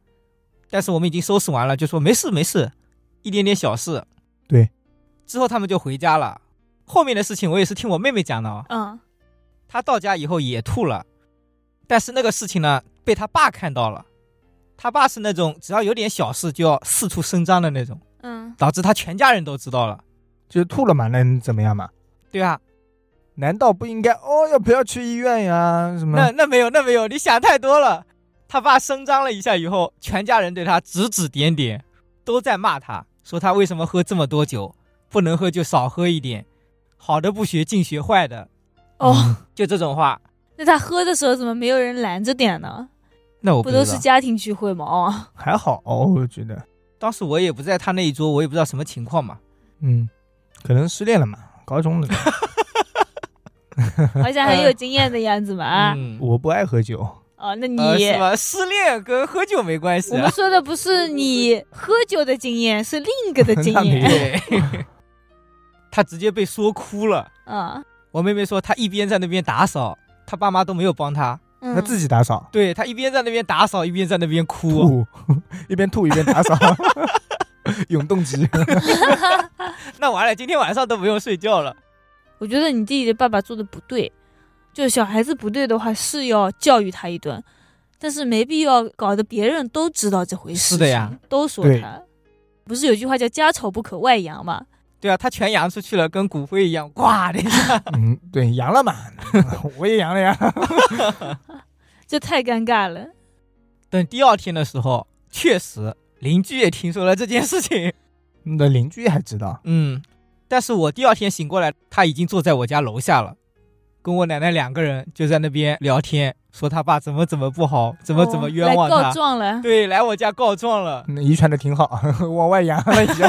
但是我们已经收拾完了，就说没事没事，一点点小事。
对，
之后他们就回家了。后面的事情我也是听我妹妹讲的哦，
嗯，
她到家以后也吐了，但是那个事情呢被她爸看到了，她爸是那种只要有点小事就要四处声张的那种，
嗯，
导致她全家人都知道了。
就是吐了嘛，那能怎么样嘛？
对啊，
难道不应该哦？要不要去医院呀？
嗯
什么
那？那没有那没有，你想太多了。他爸声张了一下以后，全家人对他指指点点，都在骂他，说他为什么喝这么多酒，不能喝就少喝一点，好的不学净学坏的，
嗯
哦，
就这种话。
那他喝的时候怎么没有人拦着点呢？
那我
不
知道
都是家庭聚会吗？ 哦，
还好、我觉得，
当时我也不在他那一桌，我也不知道什么情况嘛。
嗯，可能失恋了嘛，高中 的。
好像很有经验的样子嘛。啊，
嗯，
我不爱喝酒，
哦，那你、
呃、是吧？失恋跟喝酒没关系
我们
啊。
说的不是你喝酒的经验，是另一个的 经
那没
验。
有
对， 他直接被说哭了。
嗯
我妹妹说，她一边在那边打扫，她爸妈都没有帮她，
嗯，
他自己打扫，
对她一边在那边打扫，一边在那边哭。
吐， 一边吐一边打扫， 永动机。
那完了，今天晚上都不用睡觉了。
我觉得你弟弟的爸爸做的不对，就小孩子不对的话是要教育他一顿，但是没必要搞得别人都知道这回事。
是的呀，
都说
对
他。不是有句话叫“家丑不可外扬”嘛？
对啊，他全扬出去了，跟骨灰一样，哇的一下。
嗯，对，阳了嘛，我也阳了呀。
这太尴尬了。
等第二天的时候，确实邻居也听说了这件事情。
你的邻居还知道，
嗯，但是我第二天醒过来，他已经坐在我家楼下了，跟我奶奶两个人就在那边聊天，说他爸怎么怎么不好，怎么怎么冤枉
哦来
他。
告状了？
对，来我家告状了。
嗯遗传的挺好， 往外扬了一下，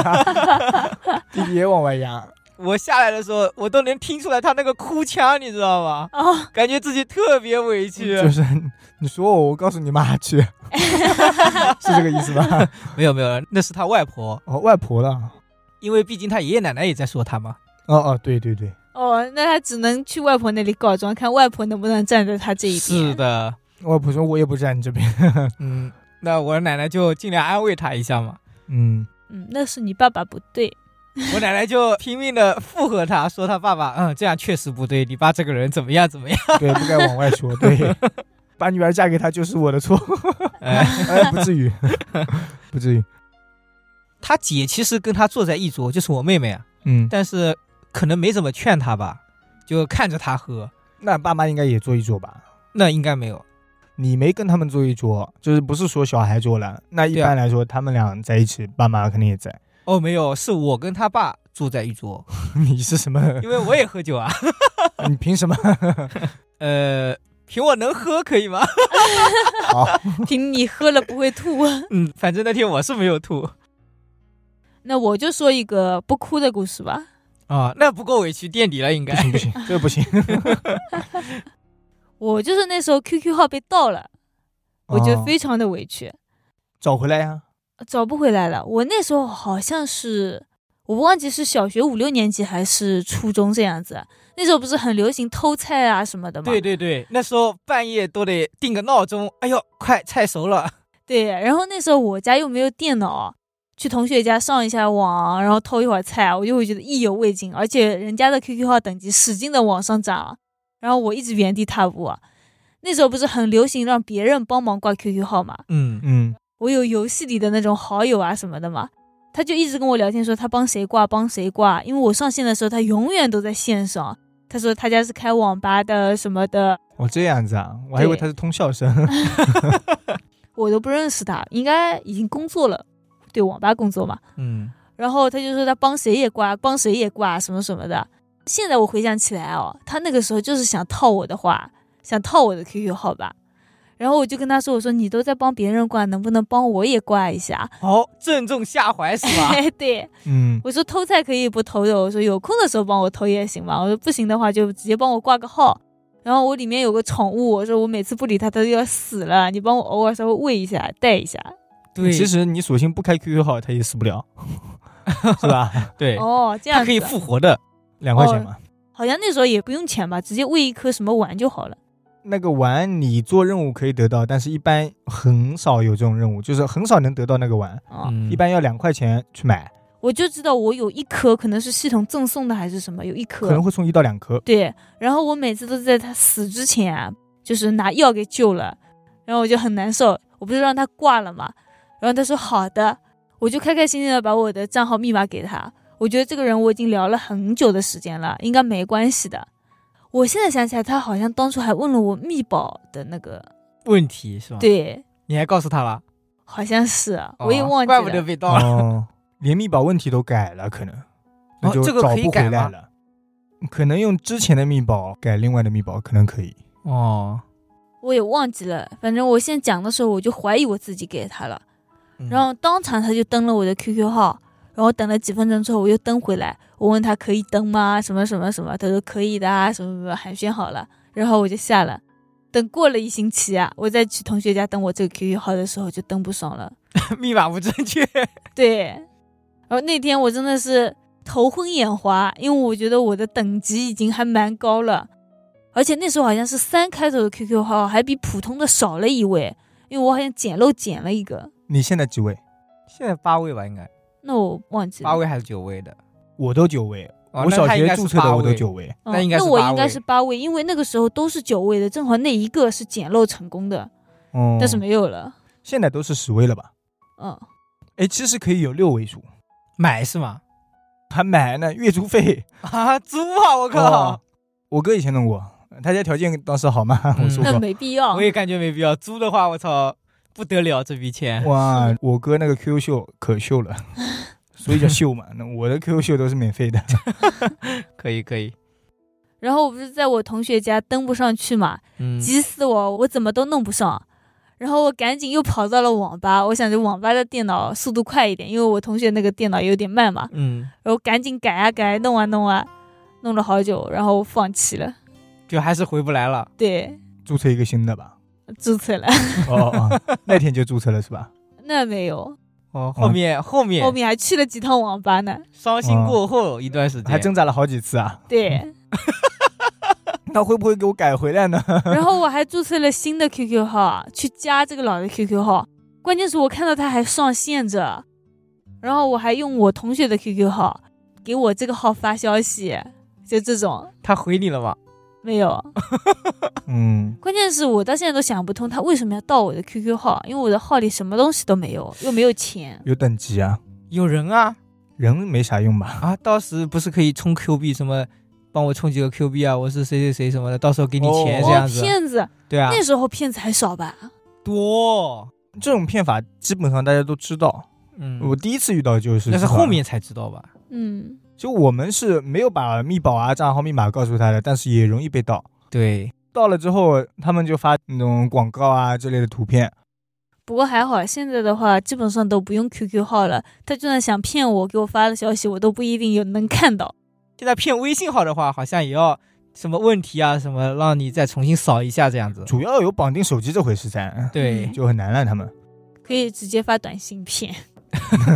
弟弟也往外 扬。
我下来的时候，我都能听出来他那个哭腔，你知道吗？
哦，
感觉自己特别委屈。
嗯就是你说我，我告诉你妈去， 是这个意思吧？
没有没有，那是他外婆，
哦，外婆了。
因为毕竟他爷爷奶奶也在说他嘛。
哦哦，对对对，
哦，那他只能去外婆那里告状，看外婆能不能站在他这一边。
是的，
外婆说我也不在你这边。
嗯，那我奶奶就尽量安慰他一下嘛。
嗯，
嗯，那是你爸爸不对。
我奶奶就拼命的附和他，说他爸爸，嗯，这样确实不对，你爸这个人怎么样怎么样。
对，不该往外说。对， 把女儿嫁给他就是我的错。
哎，
哎，不至于， 不至于。
他姐其实跟他坐在一桌，就是我妹妹啊，
嗯，
但是可能没怎么劝他吧，就看着他喝。
那爸妈应该也坐一桌吧？
那应该没有，
你没跟他们坐一桌，就是不是说小孩坐了？那一
对啊
般来说，他们俩在一起，爸妈肯定也在。
哦，没有，是我跟他爸坐在一桌，
你是什么？
因为我也喝酒 啊。
你凭什么？
呃，凭我能喝可以吗？
好，
凭你喝了不会吐。啊
嗯，反正那天我是没有吐
那我就说一个不哭的故事吧。
啊，那不够委屈垫底了应
不
该。
行不行，这不行。
我就是那时候 QQ 号被盗了，我就
哦
非常的委屈，
找回来呀、
找不回来了。我那时候好像是我忘记是小学五六年级还是初中这样子。那时候不是很流行偷菜啊什么的吗？
对对对，那时候半夜都得定个闹钟，哎呦，快菜熟了。
对，然后那时候我家又没有电脑，去同学家上一下网，然后偷一会儿菜，啊我就会觉得意犹未尽，而且人家的 QQ 号等级使劲的往上涨，然后我一直原地踏步。啊那时候不是很流行让别人帮忙挂 QQ 号嘛，
嗯，
嗯，
我有游戏里的那种好友啊什么的嘛，他就一直跟我聊天说他帮谁挂帮谁挂，因为我上线的时候他永远都在线上，他说他家是开网吧的什么的，
哦，这样子啊，我还以为
对
他是通校生。
我都不认识他，应该已经工作了，对网吧工作嘛。
嗯，
然后他就说他帮谁也挂，帮谁也挂，什么什么的。现在我回想起来哦，他那个时候就是想套我的话，想套我的 QQ 号吧。然后我就跟他说：“我说你都在帮别人挂，能不能帮我也挂一下
哦，正中下怀是？”吧？
哎， 对，
嗯，
我说偷菜可以不偷的，我说有空的时候帮我偷也行吧。我说不行的话就直接帮我挂个号。然后我里面有个宠物，我说我每次不理它，它就要死了，你帮我偶尔稍微喂一下，带一下。
对，
其实你索性不开 QQ 号，他也死不了，是吧？
对，
哦，这样
它
子
可以复活的。
两块钱嘛。
好像那时候也不用钱吧，直接喂一颗什么丸就好了。
那个碗你做任务可以得到，但是一般很少有这种任务，就是很少能得到那个碗，
啊、
嗯
一般要两块钱去买，
我就知道我有一颗可能是系统赠送的还是什么，有一颗
可能会送一到两颗。
对，然后我每次都在他死之前啊，就是拿药给救了，然后我就很难受，我不是让他挂了嘛，然后他说好的，我就开开心心的把我的账号密码给他，我觉得这个人我已经聊了很久的时间了，应该没关系的。我现在想起来，他好像当初还问了我密保的那个，
问题是吧？，
对，
你还告诉他了？
好像是啊，我也忘记了。
哦怪不得被盗了。
哦，连密保问题都改了，可能那就
这个
找
可以
不
改
回
吗
来了。可能用之前的密保改另外的密保，可能可以。
哦，
我也忘记了，反正我现在讲的时候，我就怀疑我自己给他了，
嗯
然后当场他就登了我的 QQ 号，然后等了几分钟之后，我又登回来，我问他可以登吗？什么什么什么，他说可以的啊，什么什么寒暄好了，然后我就下了。等过了一星期啊，我再去同学家登我这个 QQ 号的时候，就登不上了。
密码不正确。
对，然后那天我真的是头昏眼花，因为我觉得我的等级已经还蛮高了，而且那时候好像是三开头的 QQ 号，还比普通的少了一位，因为我好像捡漏捡了一个，
你现在几位？
现在八位吧，应该
那我忘记
八
了。
位还是九位的？
我都九位，
哦
我
那
小
他应
学
该是
注册的
八
我都
位
九位。
嗯
那应该是
那我
八
应该
位
是八位，因为那个时候都是九位的，正好那一个是捡漏成功的，
哦，
但是没有了。
现在都是十位了吧？
嗯，
哎，其实可以有六位数，
买是吗？
还买呢，月租 费。
啊，租啊！我
哦
靠，
我哥以前弄过，他家条件当时好嘛，我说
那
过。
没必要
我。也感觉没必要租的话，我操，不得了这笔钱。
哇，我哥那个 QQ 秀可秀 了，所以叫秀嘛。那我的 QQ 秀都是免费的。
可以可以，
然后我不是在我同学家登不上去嘛，
嗯
急死我，我怎么都弄不上。然后我赶紧又跑到了网吧，我想着网吧的电脑速度快一点，因为我同学那个电脑有点慢嘛。
嗯，
然后赶紧改啊改，弄啊弄啊，弄了好久，然后放弃了。
就还是回不来了。
对，
注册一个新的吧。
注册了，
哦哦，哦 那天就注册了是吧？
那没有，
哦，后面后面
后面还去了几趟网吧呢。
伤心过后一段时间，
还挣扎了好几次啊。
对，
那会不会给我改回来呢？
然后我还注册了新的 QQ 号啊，去加这个老的 QQ 号。关键是我看到它还上线着，然后我还用我同学的 QQ 号给我这个号发消息，就这种
他回你了吗？
没有。
嗯，
关键是我到现在都想不通，他为什么要盗我的 QQ 号？因为我的号里什么东西都没有，又没有钱。
有等级啊，
有人 啊
人没啥用吧？
啊！到时不是可以充 Q 币什么？帮我充几个 Q 币啊！我是谁谁谁什么的，到时候给你钱
哦
这样
哦，
子，
骗子！
对啊，
那时候骗子还少吧？
多，
这种骗法基本上大家都知道。
嗯，
我第一次遇到就是，
但是后面才知道吧？
嗯，
就我们是没有把密保啊、账号密码告诉他的，但是也容易被盗。
对，
到了之后，他们就发那种广告啊之类的图片，
不过还好，现在的话基本上都不用 QQ 号了。他就算想骗我，给我发的消息，我都不一定有能看到。
现在骗微信号的话，好像也要什么问题啊，什么让你再重新扫一下这样子。
主要有绑定手机这回事在，
对，
嗯
就很难了。他们
可以直接发短信骗。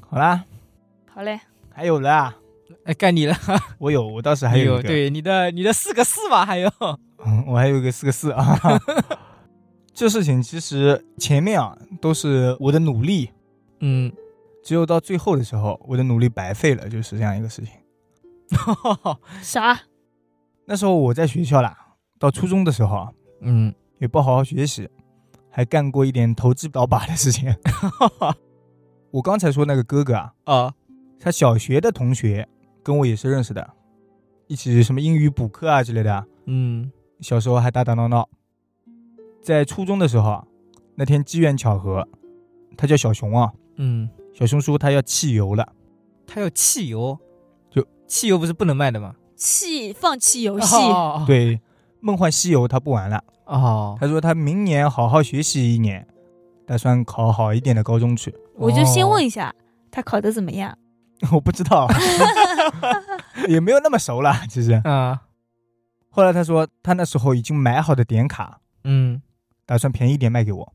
好啦，
好嘞，
还有啦，
哎，该 你了，
我有，我当时还有一个，
对你的你的四个四嘛，还有，
嗯，我还有一个四个四 啊。这事情其实前面啊都是我的努力，
嗯，
只有到最后的时候，我的努力白费了，就是这样一个事情。
啥？
那时候我在学校啦，到初中的时候啊，
嗯，
也不好好学习，还干过一点投机倒把的事情。我刚才说那个哥哥啊，
哦，
他小学的同学跟我也是认识的，一起什么英语补课啊之类的啊。
嗯
小时候还打打闹闹。在初中的时候啊，那天机缘巧合，他叫小熊啊，
嗯，
小熊说他要汽油了，
它有汽油，
就
汽油不是不能卖的吗？
弃放弃游戏，
哦，
对《梦幻西游》他不玩了，
哦，
他说他明年好好学习一年，打算考好一点的高中去。
我就先
哦
问一下他考得怎么样。
我不知道，也没有那么熟了。其实
啊，
后来他说他那时候已经买好的点卡，
嗯，
打算便宜点卖给我，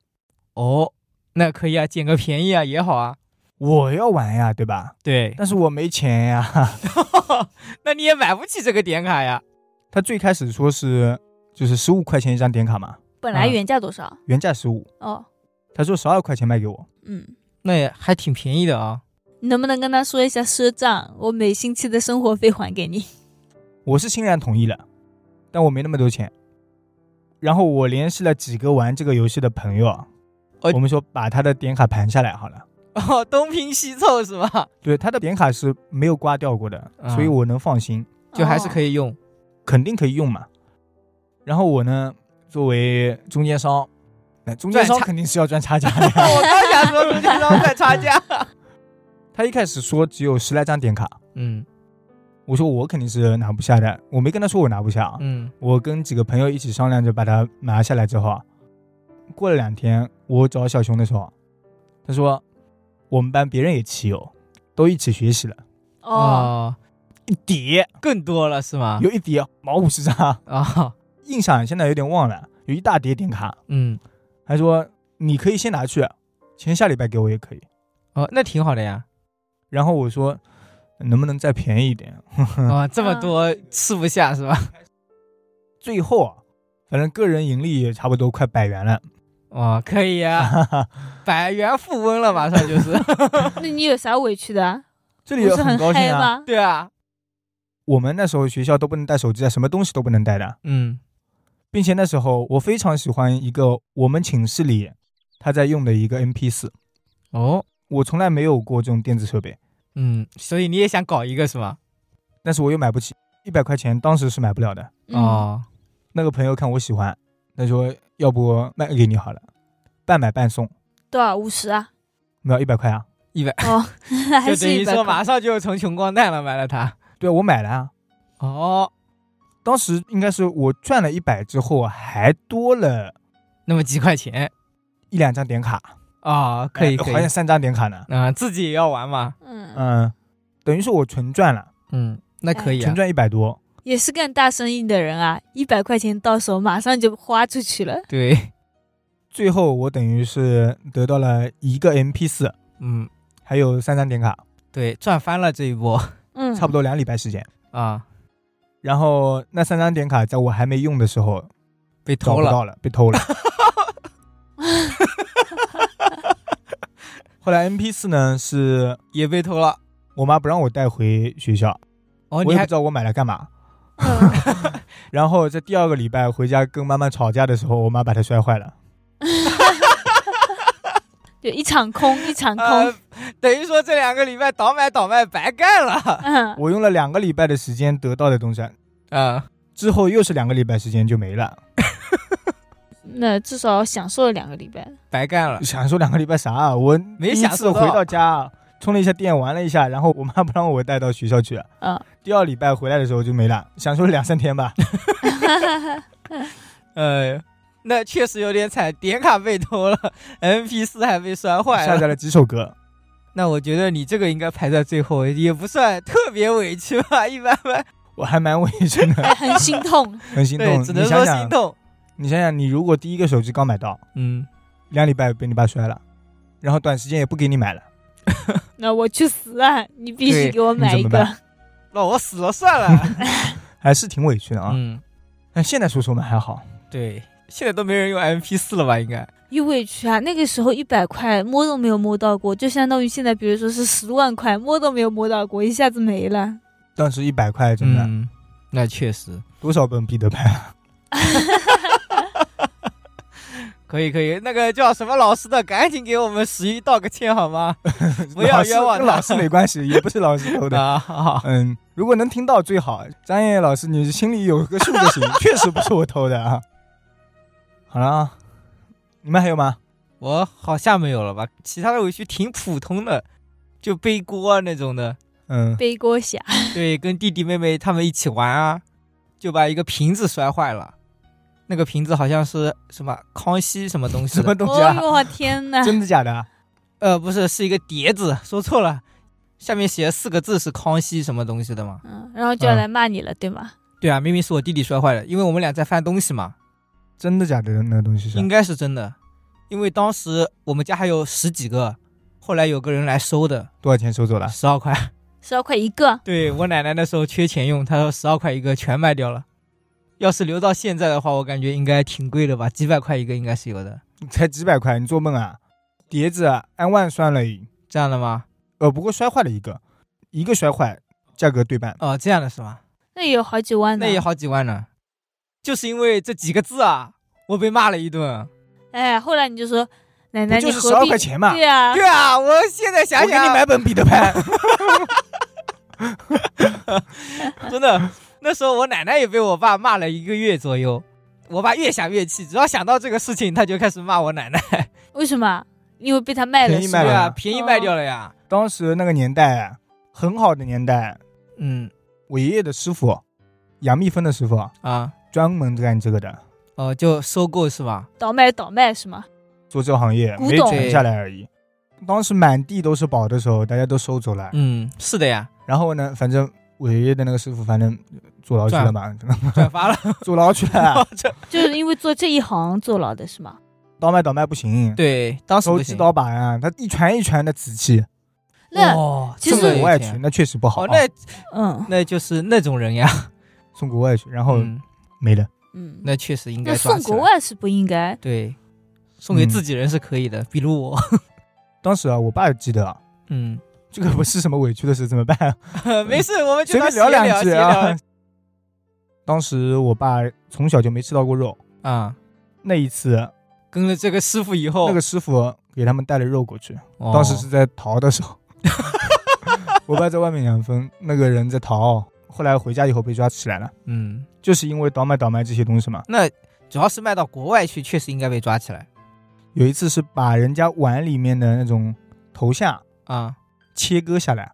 哦，那可以啊，捡个便宜啊也好啊。
我要玩呀，对吧？
对，
但是我没钱呀。
那你也买不起这个点卡呀。
他最开始说是就是十五块钱一张点卡嘛，
本来
啊
原价多少？
原价十五，
哦，
他说十二块钱卖给我，
嗯，
那也还挺便宜的啊。
你能不能跟他说一下赊账？我每星期的生活费还给你。
我是欣然同意了，但我没那么多钱。然后我联系了几个玩这个游戏的朋友啊，
哦
我们说把他的点卡盘下来好了。
哦，东拼西凑是吧？
对，他的点卡是没有刮掉过的，
啊
所以我能放心。
哦
就还是可
以。
以用。
肯定可以用嘛。然后我呢，作为中间商，那中间商
赚差
肯定是要赚差价 的。
我刚想说中间商在差价。
他一开始说只有十来张点卡，
嗯
我说我肯定是拿不下的，我没跟他说我拿不下啊。
嗯
我跟几个朋友一起商量着把它拿下来之后啊，过了两天我找小熊的时候啊，他说我们班别人也骑友，都一起学习了，
哦，，
一叠
更多了是吗？
有一叠毛五十张，
啊，
印象现在有点忘了，有一大叠点卡。
嗯
他说你可以先拿去，钱下礼拜给我也可以。
哦，那挺好的呀。
然后我说能不能再便宜一点？
啊，这么多吃不下是吧？
最后啊，反正个人盈利也差不多快百元了，
哇，哦可以呀，百元富翁了，马上就是。
那你有啥委屈的 啊？
这
不
里也
是
高兴
嗨
啊。
吗？
对啊，
我们那时候学校都不能带手机啊，什么东西都不能带的，
嗯
并且那时候我非常喜欢一个我们寝室里他在用的一个 MP 四，
哦
我从来没有过这种电子设备，
嗯，所以你也想搞一个是吗？
但是我又买不起，一百块钱当时是买不了的。
嗯，
哦，
那个朋友看我喜欢，他说要不卖给你好了，半买半送，
多少？五十啊？
没有一百块啊。
哦， 还
就是等于
一百
说
块
马上就成穷光蛋了，买了它。
对啊，我买了啊。
哦，
当时应该是我赚了一百之后，还多了
那么几块钱
一两张点卡，
啊、可以
哎好
可以
像，三张点卡呢。
啊、自己也要玩嘛，
嗯，
嗯，等于是我纯赚了，
嗯，那可以、啊
纯，赚一百多。
也是干大生意的人啊，一百块钱到手马上就花出去了。
对，
最后我等于是得到了一个 MP 四，
嗯，
还有三张点卡，
对，赚翻了这一波
嗯，
差不多两个礼拜时间。
啊，
然后那三张点卡在我还没用的时候
被
找
偷
不
了，
到了，被偷了。 后来 MP 四呢，是
也被偷了。
我妈不让我带回学校，
哦，
我
你
也
还
不知道我买来干嘛。
嗯。
然后在第二个礼拜回家跟妈妈吵架的时候，我妈把它摔坏
啊
了。
就一场空，一场 空。
呃，等于说这两个礼拜倒买倒卖白干了，
嗯，
我用了两个礼拜的时间得到的东西，
嗯，
之后又是两个礼拜时间就没了。
那至少享受了两个礼 拜。
白干了。
享受两个礼拜啥啊、我
没
第一
享
次
受
回
到
到家，充了一下电，玩了一下，然后我妈不让我带到学校去。
嗯，
第二礼拜回来的时候就没了，享受了两三天吧。
呃，那确实有点惨，点卡被偷了，MP 四还被摔 坏
下
了。
载了几首歌，
那我觉得你这个应该排在最后，也不算特别委屈吧，一般般。
我还蛮委屈的，
哎，很心痛。
很心
对，
痛。
只能
你
说
想
心
想，
痛。
你想想，你如果第一个手机刚买到，
嗯，
两礼拜被你爸摔了，然后短时间也不给你买了，
那我去死啊！你必须
对
给我买一
你怎么
个。
那我死了算
啊
了。
还是挺委屈的啊。
嗯，
但现在说说嘛还好，
对，现在都没人用 MP 四了吧？应该。
又委屈啊！那个时候一百块摸都没有摸到过，就相当于现在，比如说是十万块，摸都没有摸到过，一下子没了。
当时一百块真的、
嗯，那确实
多少本彼得潘啊，
可以可以，那个叫什么老师的，赶紧给我们十一道个歉好吗？不要冤枉
跟
他
老师没关系，也不是老师偷的。
啊，好，
嗯，如果能听到最好。张艳老师，你心里有个数就行， 确实不是我偷的啊。好了啊，你们还有吗？
我好像没有了吧？其他的委屈挺普通的，就背锅啊那种的。
嗯，
背 锅侠，
对，跟弟弟妹妹他们一起玩啊，就把一个瓶子摔坏了。那个瓶子好像是什么康熙什么东西
什么
的，
东西
哦
啊？
呦我天哪！
真的假的啊？
呃，不是，是一个碟子，说错了，下面写四个字是康熙什么东西的嘛？
嗯，然后就要来骂你了，对吗？
嗯
对啊，明明是我弟弟摔坏的，因为我们俩在翻东西嘛，
真的假的？那个东西是
应该是真的，因为当时我们家还有十几个，后来有个人来收的，
多少钱收走了？
十二块。
十二块一个，
对我奶奶那时候缺钱用，她说十二块一个全卖掉了。要是留到现在的话，我感觉应该挺贵的吧，几百块一个应该是有的。
才几百块，你做梦啊！碟子啊按万算了，
这样的吗？
呃，不过摔坏了一个，一个摔坏，价格对半。
哦，这样的是吗？
那也有好几万呢
那。也好几万呢。就是因为这几个字啊，我被骂了一顿。
哎，后来你就说，奶
不
奶，
就
你
是十
何
二
必
块？钱嘛？
对啊，
对啊，我现在想
我给
想，
你买本彼得潘，
真的，那时候我奶奶也被我爸骂了一个月左右。我爸越想越气，只要想到这个事情，他就开始骂我奶奶。
为什么？因为被他卖了
便宜
是
卖
吧
了
对啊，
吗
便宜卖掉了呀。
当时那个年代很好的年代，
嗯
我爷爷的师傅，养蜜蜂的师傅，
啊，
专门干这个的，
哦、就收购是吧？
倒卖倒卖是吗？
做这个行业
古
没
董
传下来而已。当时满地都是宝的时候，大家都收走了。
嗯，是的 呀，
然后呢，反正我爷爷的那个师傅，反正坐牢去了嘛，
转 发了。
坐牢去了，
这
就是因为做这一行坐牢的是吗？
倒卖倒卖不行，
对，当时
投
不
机
行。
倒把呀，啊他一拳一拳的瓷器
那
哦，
其实
送
这么
国外
有
去，
钱
那确实不好
哦
啊，，
那
嗯
那就是那种人呀。
送国外去，然后
嗯，
没了。
嗯，
那确实应该
那
抓
送
起
国
来。
外是不应该。
对，送给
嗯
自己人是可以的，比如我。
当时啊，我爸记得啊，
嗯，
这个不是什么委屈的事，怎么办啊？
没事，我们 就
随
当
便
闲
两句
闲
啊。 当时我爸从小就没吃到过肉，
啊，
那一次
跟了这个师傅以后，
那个师傅给他们带了肉过去，
哦
当时是在逃的时 候，我爸在外面养蜂，那个人在逃，后来回家以后被抓起来了，
嗯，
就是因为倒卖倒卖这些东西嘛。
那主要是卖到国外去，确实应该被抓起来
有一次是把人家碗里面的那种头像
啊。
切割下来，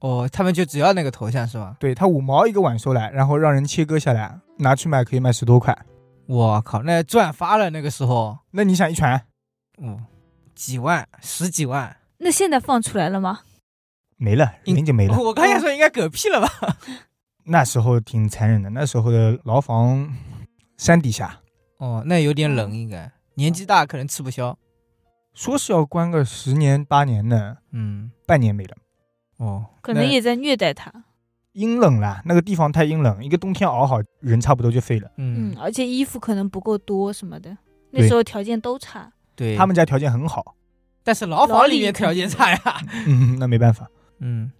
哦，他们就只要那个头像是吧？
对他五毛一个碗收来，然后让人切割下来拿去卖，可以卖十多块。
我靠，那赚发了那个时候，
那你想一拳
嗯，几万、十几万，
那现在放出来了吗？
没了，
应
人就没了。
我刚才说应该嗝屁了吧？
那时候挺残忍的，那时候的牢房山底下，
哦，那有点冷，应该年纪大可能吃不消。
说是要关个十年八年的，
嗯，
半年没了。
哦，
可能
那
也在虐待他。
阴冷啦，那个地方太阴冷，一个冬天熬好，人差不多就废了。
嗯
嗯，，
而且衣服可能不够多什么的，那
对
时候条件都差。
对
他们家条件很好，
但是
牢
牢房
里
里面条件差呀。
嗯，那没办法，
啊 嗯，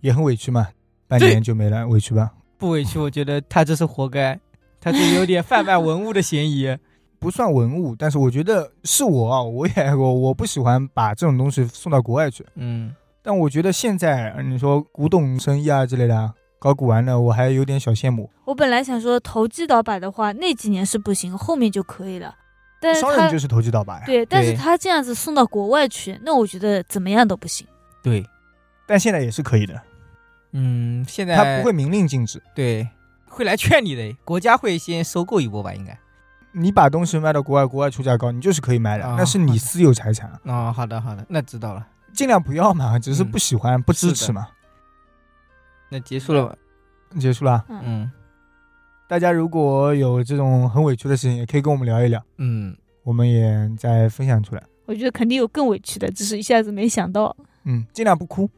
也很委屈嘛，半
对
年就没了，委屈吧，
不委屈，我觉得他这是活该，他这有点贩卖文物的嫌 疑。
不算文物，但是我觉得是我啊，我也 我我不喜欢把这种东西送到国外去，
嗯，
但我觉得现在呃你说古董生意啊之类的啊，搞古玩的，我还有点小羡慕，
我本来想说投机倒把的话，那几年是不行，后面就可以了。但是
商
他
人就是投机倒把呀。
对，但是
对
他这样子送到国外去，那我觉得怎么样都不行。
对，
但现在也是可以的，
嗯，现在
他不会明令禁止。
对，会来劝你的，国家会先收购一波吧，应该。
你把东西卖到国外，国外出价高，你就是可以卖的，
啊
那是你私有财产啊，
哦，好的好的，那知道了，
尽量不要
嗯
嘛，只是不喜欢、不支持嘛。
那结束了吧？
结束了啊，
嗯，
嗯
大家如果有这种很委屈的事情，也可以跟我们聊一聊，
嗯，
我们也再分享出来。
我觉得肯定有更委屈的，只是一下子没想 到。
嗯，尽量不哭。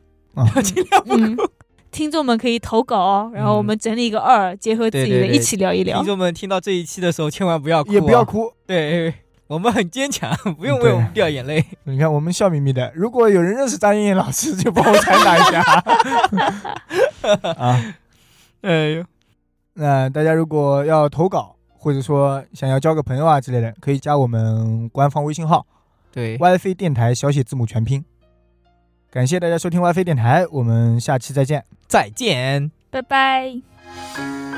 尽量不
嗯
哭。
听众们可以投稿哦，然后我们整理一个二，结合自己
嗯对
的
对对
一起聊一聊
听。众们听到这一期的时候，千万不要哭、啊哦
也不要。哭。
对， 我们很坚强， 不用为我们掉眼泪。
你看，我们笑眯眯的。如果有人认识张艳艳老师，就帮我传达一 下啊。
哎呦，
那大家如果要投稿，或者说想要交个朋友啊之类的，可以加我们官方微信号
对，
WiFi 电台小写字母全拼。感谢大家收听 WiFi 电台，我们下期再见。
再见。
拜拜。
Thank you.